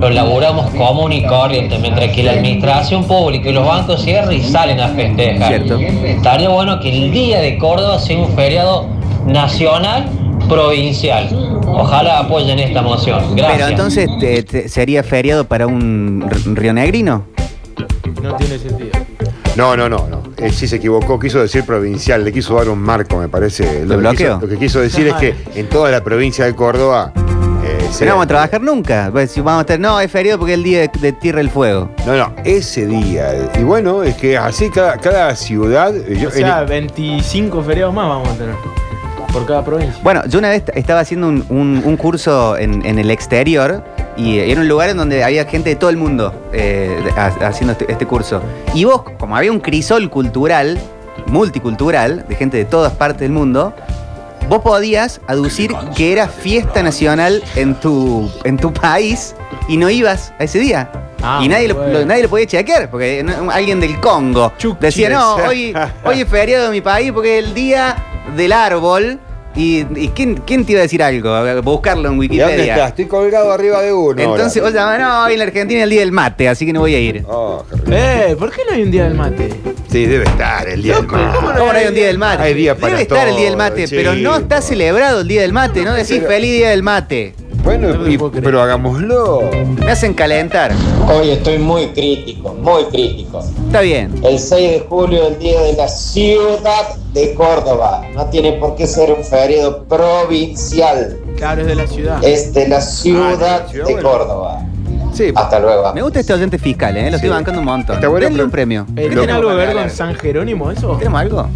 [SPEAKER 19] lo laburamos común y corriente, mientras que la administración pública y los bancos cierran y salen a festejar.
[SPEAKER 1] Cierto.
[SPEAKER 19] Estaría bueno que el día de Córdoba sea un feriado nacional provincial. Ojalá apoyen esta moción. Gracias.
[SPEAKER 1] Pero entonces, te- te- ¿sería feriado para un r- rionegrino?
[SPEAKER 3] No tiene sentido.
[SPEAKER 2] No, no, no, no. Eh, sí se equivocó, quiso decir provincial, le quiso dar un marco, me parece. Lo,
[SPEAKER 1] ¿Lo
[SPEAKER 2] que quiso-
[SPEAKER 1] bloqueó?
[SPEAKER 2] lo que quiso decir es que en toda la provincia de Córdoba. eh,
[SPEAKER 1] Si
[SPEAKER 2] se-
[SPEAKER 1] no vamos a trabajar nunca. Pues, si vamos a estar, no, es feriado porque es el día de, de Tierra del Fuego.
[SPEAKER 2] No, no, ese día. eh, Y bueno, es que así cada, cada ciudad. eh, yo-
[SPEAKER 3] o sea,
[SPEAKER 2] en-
[SPEAKER 3] 25 feriados más vamos a tener. Por cada provincia.
[SPEAKER 1] Bueno, yo una vez t- estaba haciendo un, un- un curso en, en el exterior y eh, era un lugar en donde había gente de todo el mundo eh, de- ha- haciendo este, este curso. Y vos, como había un crisol cultural, multicultural, de gente de todas partes del mundo, vos podías aducir que era fiesta nacional en tu, en tu país y no ibas a ese día.
[SPEAKER 3] Ah,
[SPEAKER 1] y nadie lo,
[SPEAKER 3] bueno.
[SPEAKER 1] lo- nadie lo podía chequear, porque no- alguien del Congo decía, no, hoy, hoy es feriado de mi país porque es el día del árbol. ¿Y, y quién, quién te iba a decir algo? A ver, Buscarlo en
[SPEAKER 2] ¿Y dónde estás?
[SPEAKER 1] Wikipedia.
[SPEAKER 2] Estoy colgado arriba de uno.
[SPEAKER 1] Entonces vos llamás, no, hoy en la Argentina es el día del mate, así que no voy a ir.
[SPEAKER 2] Oh,
[SPEAKER 3] Eh, ¿por qué no hay un día del mate?
[SPEAKER 2] Sí, eh, debe estar el día del mate.
[SPEAKER 1] ¿Cómo no hay un día del mate?
[SPEAKER 2] Hay día para
[SPEAKER 1] Debe estar el día del
[SPEAKER 2] todo,
[SPEAKER 1] mate,
[SPEAKER 2] sí.
[SPEAKER 1] pero no está celebrado el día del mate, no decís feliz día del mate.
[SPEAKER 2] Bueno, y- pero hagámoslo.
[SPEAKER 1] Me hacen calentar.
[SPEAKER 14] Hoy estoy muy crítico, muy crítico.
[SPEAKER 1] Está bien.
[SPEAKER 14] El 6 de julio, el día de la ciudad de Córdoba. No tiene por qué ser un feriado provincial.
[SPEAKER 3] Claro, es de la ciudad.
[SPEAKER 14] Es de Este, la
[SPEAKER 2] Ah,
[SPEAKER 14] ciudad de Córdoba. Hasta luego.
[SPEAKER 1] Me gusta este oyente fiscal, ¿eh? Lo estoy
[SPEAKER 3] Sí.
[SPEAKER 1] bancando un montón.
[SPEAKER 3] Está bueno,
[SPEAKER 1] Denle
[SPEAKER 3] pero-
[SPEAKER 1] un premio.
[SPEAKER 3] Eh, ¿Tiene algo que ver con San Jerónimo eso? Eh,
[SPEAKER 1] ¿Tenemos algo?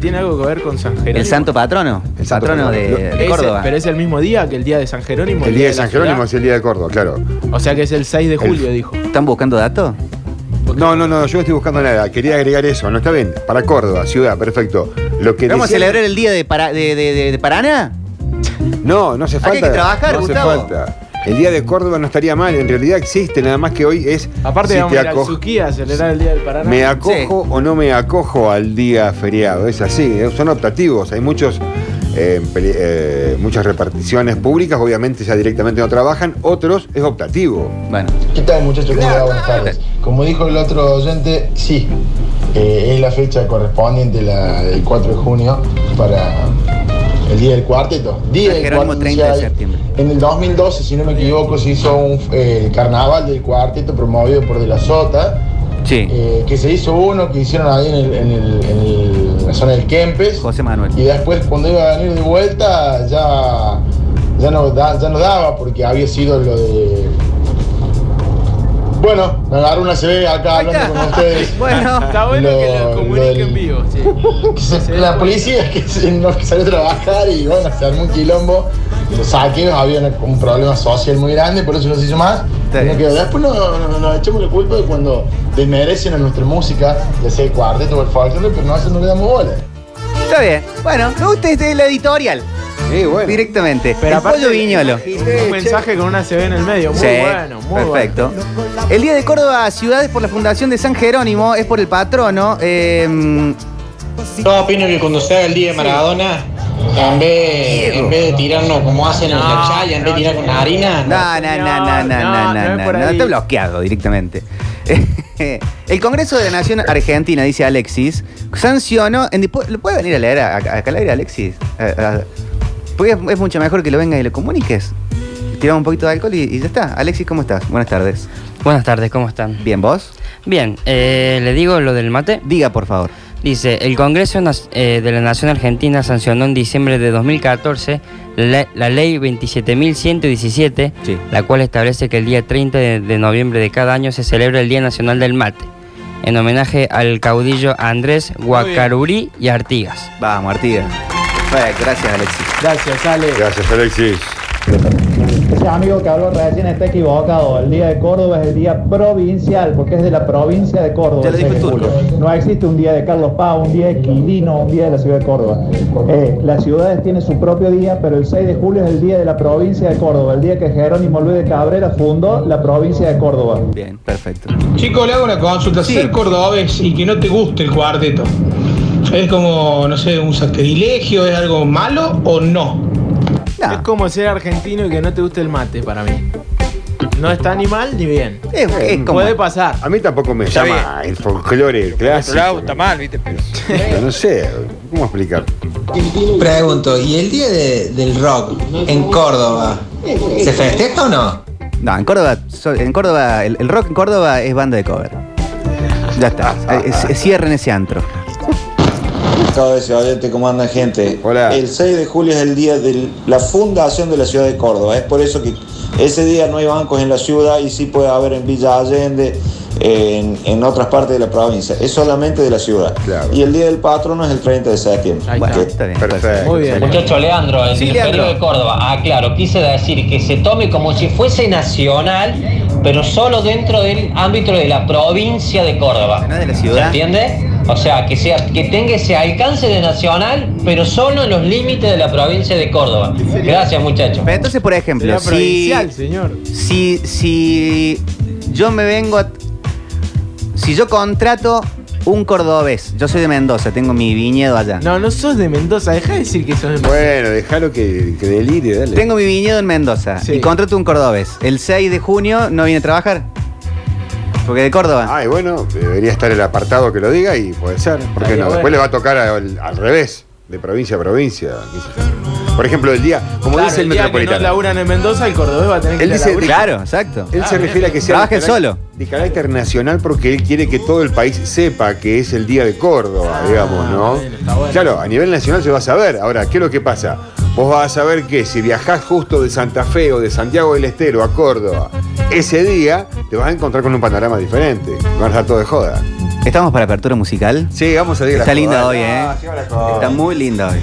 [SPEAKER 3] ¿Tiene algo que ver con San Jerónimo?
[SPEAKER 1] El santo patrono. El patrono de, de
[SPEAKER 3] Ese,
[SPEAKER 1] Córdoba.
[SPEAKER 3] pero es el mismo día que el día de San Jerónimo.
[SPEAKER 2] El día de
[SPEAKER 3] la
[SPEAKER 2] San Jerónimo es el día de Córdoba, claro.
[SPEAKER 3] ciudad. O sea que es el 6 de julio, dijo.
[SPEAKER 1] ¿Están buscando datos?
[SPEAKER 2] No, no, no, yo no estoy buscando nada. Quería agregar eso, ¿no? Está bien. Para Córdoba, ciudad, perfecto. Lo que
[SPEAKER 1] ¿Vamos a
[SPEAKER 2] decía-
[SPEAKER 1] celebrar el día de, para- de- de- de- de Paraná?
[SPEAKER 2] No, no hace
[SPEAKER 1] Acá
[SPEAKER 2] falta.
[SPEAKER 1] hay que trabajar,
[SPEAKER 2] no hace
[SPEAKER 1] Gustavo.
[SPEAKER 2] falta. El día de Córdoba no estaría mal, en realidad existe, nada más que hoy es.
[SPEAKER 3] Aparte
[SPEAKER 2] si
[SPEAKER 3] vamos
[SPEAKER 2] te
[SPEAKER 3] a ir al
[SPEAKER 2] aco-
[SPEAKER 3] Suquía a celebrar el día del Paraná.
[SPEAKER 2] ¿Me acojo o no me acojo al día feriado? Es así, eh, son optativos. Hay muchos, eh, peli- eh, muchas reparticiones públicas, obviamente ya directamente no trabajan, otros es optativo.
[SPEAKER 1] Bueno.
[SPEAKER 20] ¿Qué tal muchachos? ¿Cómo les va? Buenas tardes. Como dijo el otro oyente, sí, eh, es la fecha correspondiente, la del 4 de junio, para el Día del Cuarteto. Día
[SPEAKER 1] San
[SPEAKER 20] del
[SPEAKER 1] Jerónimo,
[SPEAKER 20] Cuarteto
[SPEAKER 1] 30 de
[SPEAKER 20] ya hay.
[SPEAKER 1] septiembre.
[SPEAKER 20] En el 2012, si no me equivoco, se hizo un, eh, el carnaval del cuarteto promovido por De La Sota. eh,
[SPEAKER 1] Sí.
[SPEAKER 20] que se hizo uno que hicieron ahí en, el- en el- en el- la zona del Kempes.
[SPEAKER 1] José Manuel.
[SPEAKER 20] Y después, cuando iba a venir de vuelta, ya, ya, no, da- ya no daba porque había sido lo de. Bueno, me agarró una CB acá hablando con ustedes.
[SPEAKER 3] Bueno, está bueno que lo comunique en vivo. sí.
[SPEAKER 20] Que se- la policía que se- no salió a trabajar y bueno, se armó un quilombo. Los saqueos había una- un problema social muy grande, por eso no se hizo más.
[SPEAKER 1] Está
[SPEAKER 20] Y no
[SPEAKER 1] bien.
[SPEAKER 20] quedó. Después no- no- no- nos echamos la culpa de cuando desmerecen a nuestra música, ya sea el cuarteto o el folclore, pero nosotros no le damos bola.
[SPEAKER 1] Está bien. Bueno, me gusta este, la editorial. Directamente.
[SPEAKER 3] Pero
[SPEAKER 1] el
[SPEAKER 3] aparte,
[SPEAKER 1] pollo viñolo.
[SPEAKER 3] Un mensaje con una CB en el medio. Muy
[SPEAKER 1] Sí,
[SPEAKER 3] bueno, muy bueno.
[SPEAKER 1] perfecto. El Día de Córdoba Ciudad es por la Fundación de San Jerónimo, es por el patrono. eh,
[SPEAKER 19] Yo opino que cuando sea el día de Maradona, en vez, en vez de tirarnos como hacen los
[SPEAKER 1] No,
[SPEAKER 19] Yaya, en vez de tirar con la harina.
[SPEAKER 1] No, no, no, no, no, no, no, no, no, está bloqueado directamente. El Congreso de la Nación Argentina, dice Alexis, sancionó. En, ¿Lo puede venir a leer a- a- acá al aire, Alexis? A- a- Porque es, es mucho mejor que lo vengas y lo comuniques. Tiramos un poquito de alcohol y, y ya está. Alexis, ¿cómo estás? Buenas tardes.
[SPEAKER 21] Buenas tardes, ¿cómo están?
[SPEAKER 1] Bien, ¿vos?
[SPEAKER 21] Bien, eh, le digo lo del mate.
[SPEAKER 1] Diga, por favor.
[SPEAKER 21] Dice, el Congreso nas- eh, de la Nación Argentina sancionó en diciembre de 2014 la, la ley 27.117, la cual establece que el día 30 de, de noviembre de cada año se celebra el Día Nacional del Mate, en homenaje al caudillo Andrés Guacarurí y Artigas.
[SPEAKER 1] Vamos, Artigas. gracias, Alexis.
[SPEAKER 3] Gracias, Ale.
[SPEAKER 2] Gracias, Alexis.
[SPEAKER 22] Ese amigo que habló recién está equivocado. El día de Córdoba es el día provincial, porque es de la provincia de Córdoba.
[SPEAKER 1] Ya lo dijo
[SPEAKER 22] el 6 de
[SPEAKER 1] el turco.
[SPEAKER 22] julio. No existe un día de Carlos Paz, un día de Quilino, un día de la ciudad de Córdoba. Eh, las ciudades tienen su propio día, pero el 6 de julio es el día de la provincia de Córdoba, el día que Jerónimo Luis de Cabrera fundó la provincia de Córdoba.
[SPEAKER 1] Bien, perfecto.
[SPEAKER 23] Chico, le hago una consulta. Ser cordobés y que no te guste el cuarteto, ¿es como, no sé, un sacrilegio? ¿Es algo malo o no?
[SPEAKER 3] Es como ser argentino y que no te guste el mate para mí. No está ni mal ni bien.
[SPEAKER 1] Es,
[SPEAKER 3] Puede pasar.
[SPEAKER 2] A mí tampoco me
[SPEAKER 3] Está
[SPEAKER 2] llama el folclore clásico.
[SPEAKER 24] lado está mal, ¿viste? Pero-
[SPEAKER 2] Yo No sé, ¿cómo explicar?
[SPEAKER 24] Pregunto, ¿y el día de- del rock en Córdoba
[SPEAKER 1] eh,
[SPEAKER 24] se festeja o no?
[SPEAKER 1] No, en Córdoba, so- en Córdoba el, el rock en Córdoba es banda de cover. Ya está. Eh, eh, Cierren ese antro.
[SPEAKER 25] Todo ese oyente, ¿cómo anda gente?
[SPEAKER 2] Hola.
[SPEAKER 25] El 6 de julio es el día de la fundación de la ciudad de Córdoba. Es por eso que ese día no hay bancos en la ciudad y sí puede haber en Villa Allende, en, en otras partes de la provincia. Es solamente de la ciudad. Y el día del patrono es el 30 de septiembre. Que-
[SPEAKER 1] Perfecto.
[SPEAKER 19] Muchacho Leandro, el Ministerio de Córdoba. Ah, claro, quise decir que se tome como si fuese nacional, pero solo dentro del ámbito de la provincia de Córdoba.
[SPEAKER 1] de la ciudad.
[SPEAKER 19] ¿Se entiende? O sea, que sea que tenga ese alcance de nacional, pero solo en los límites de la provincia de Córdoba. Gracias, muchachos.
[SPEAKER 1] Pero entonces, por ejemplo,
[SPEAKER 19] Será
[SPEAKER 1] si,
[SPEAKER 19] provincial,
[SPEAKER 3] señor.
[SPEAKER 1] si si yo me vengo a, si yo contrato un cordobés, yo soy de Mendoza, tengo mi viñedo allá.
[SPEAKER 3] No, no sos de Mendoza, deja de decir que sos de Mendoza.
[SPEAKER 2] Bueno, déjalo que, que delire, dale.
[SPEAKER 1] Tengo mi viñedo en Mendoza
[SPEAKER 2] Sí.
[SPEAKER 1] y contrato un cordobés. El 6 de junio no viene a trabajar. Porque de Córdoba.
[SPEAKER 2] Ay, bueno, debería estar el apartado que lo diga y puede ser. ¿Por qué
[SPEAKER 1] Ay,
[SPEAKER 2] no?
[SPEAKER 1] bueno.
[SPEAKER 2] Después le va a tocar al, al revés, de provincia a provincia. qué sé yo. Por ejemplo, el día, como
[SPEAKER 3] Claro,
[SPEAKER 2] dice el,
[SPEAKER 3] día que
[SPEAKER 2] metropolitano.
[SPEAKER 3] no laburan en Mendoza, el cordobés va a tener que
[SPEAKER 2] Él dice,
[SPEAKER 3] laburar.
[SPEAKER 1] claro, exacto.
[SPEAKER 2] Él
[SPEAKER 3] Ah,
[SPEAKER 2] se refiere a que sea
[SPEAKER 1] Trabajen
[SPEAKER 2] de carácter-
[SPEAKER 1] solo.
[SPEAKER 2] De carácter nacional porque él quiere que todo el país sepa que es el día de Córdoba, digamos, ¿no? Claro, a nivel nacional se va a saber. Ahora, ¿qué es lo que pasa? Vos vas a saber que si viajás justo de Santa Fe o de Santiago del Estero a Córdoba, ese día te vas a encontrar con un panorama diferente. Van a estar todo de joda.
[SPEAKER 1] ¿Estamos para apertura musical?
[SPEAKER 2] Sí, vamos a decir
[SPEAKER 1] Está
[SPEAKER 2] las
[SPEAKER 1] linda
[SPEAKER 2] jodas.
[SPEAKER 1] hoy, ¿eh?
[SPEAKER 2] Ah, sí,
[SPEAKER 1] Está muy linda hoy.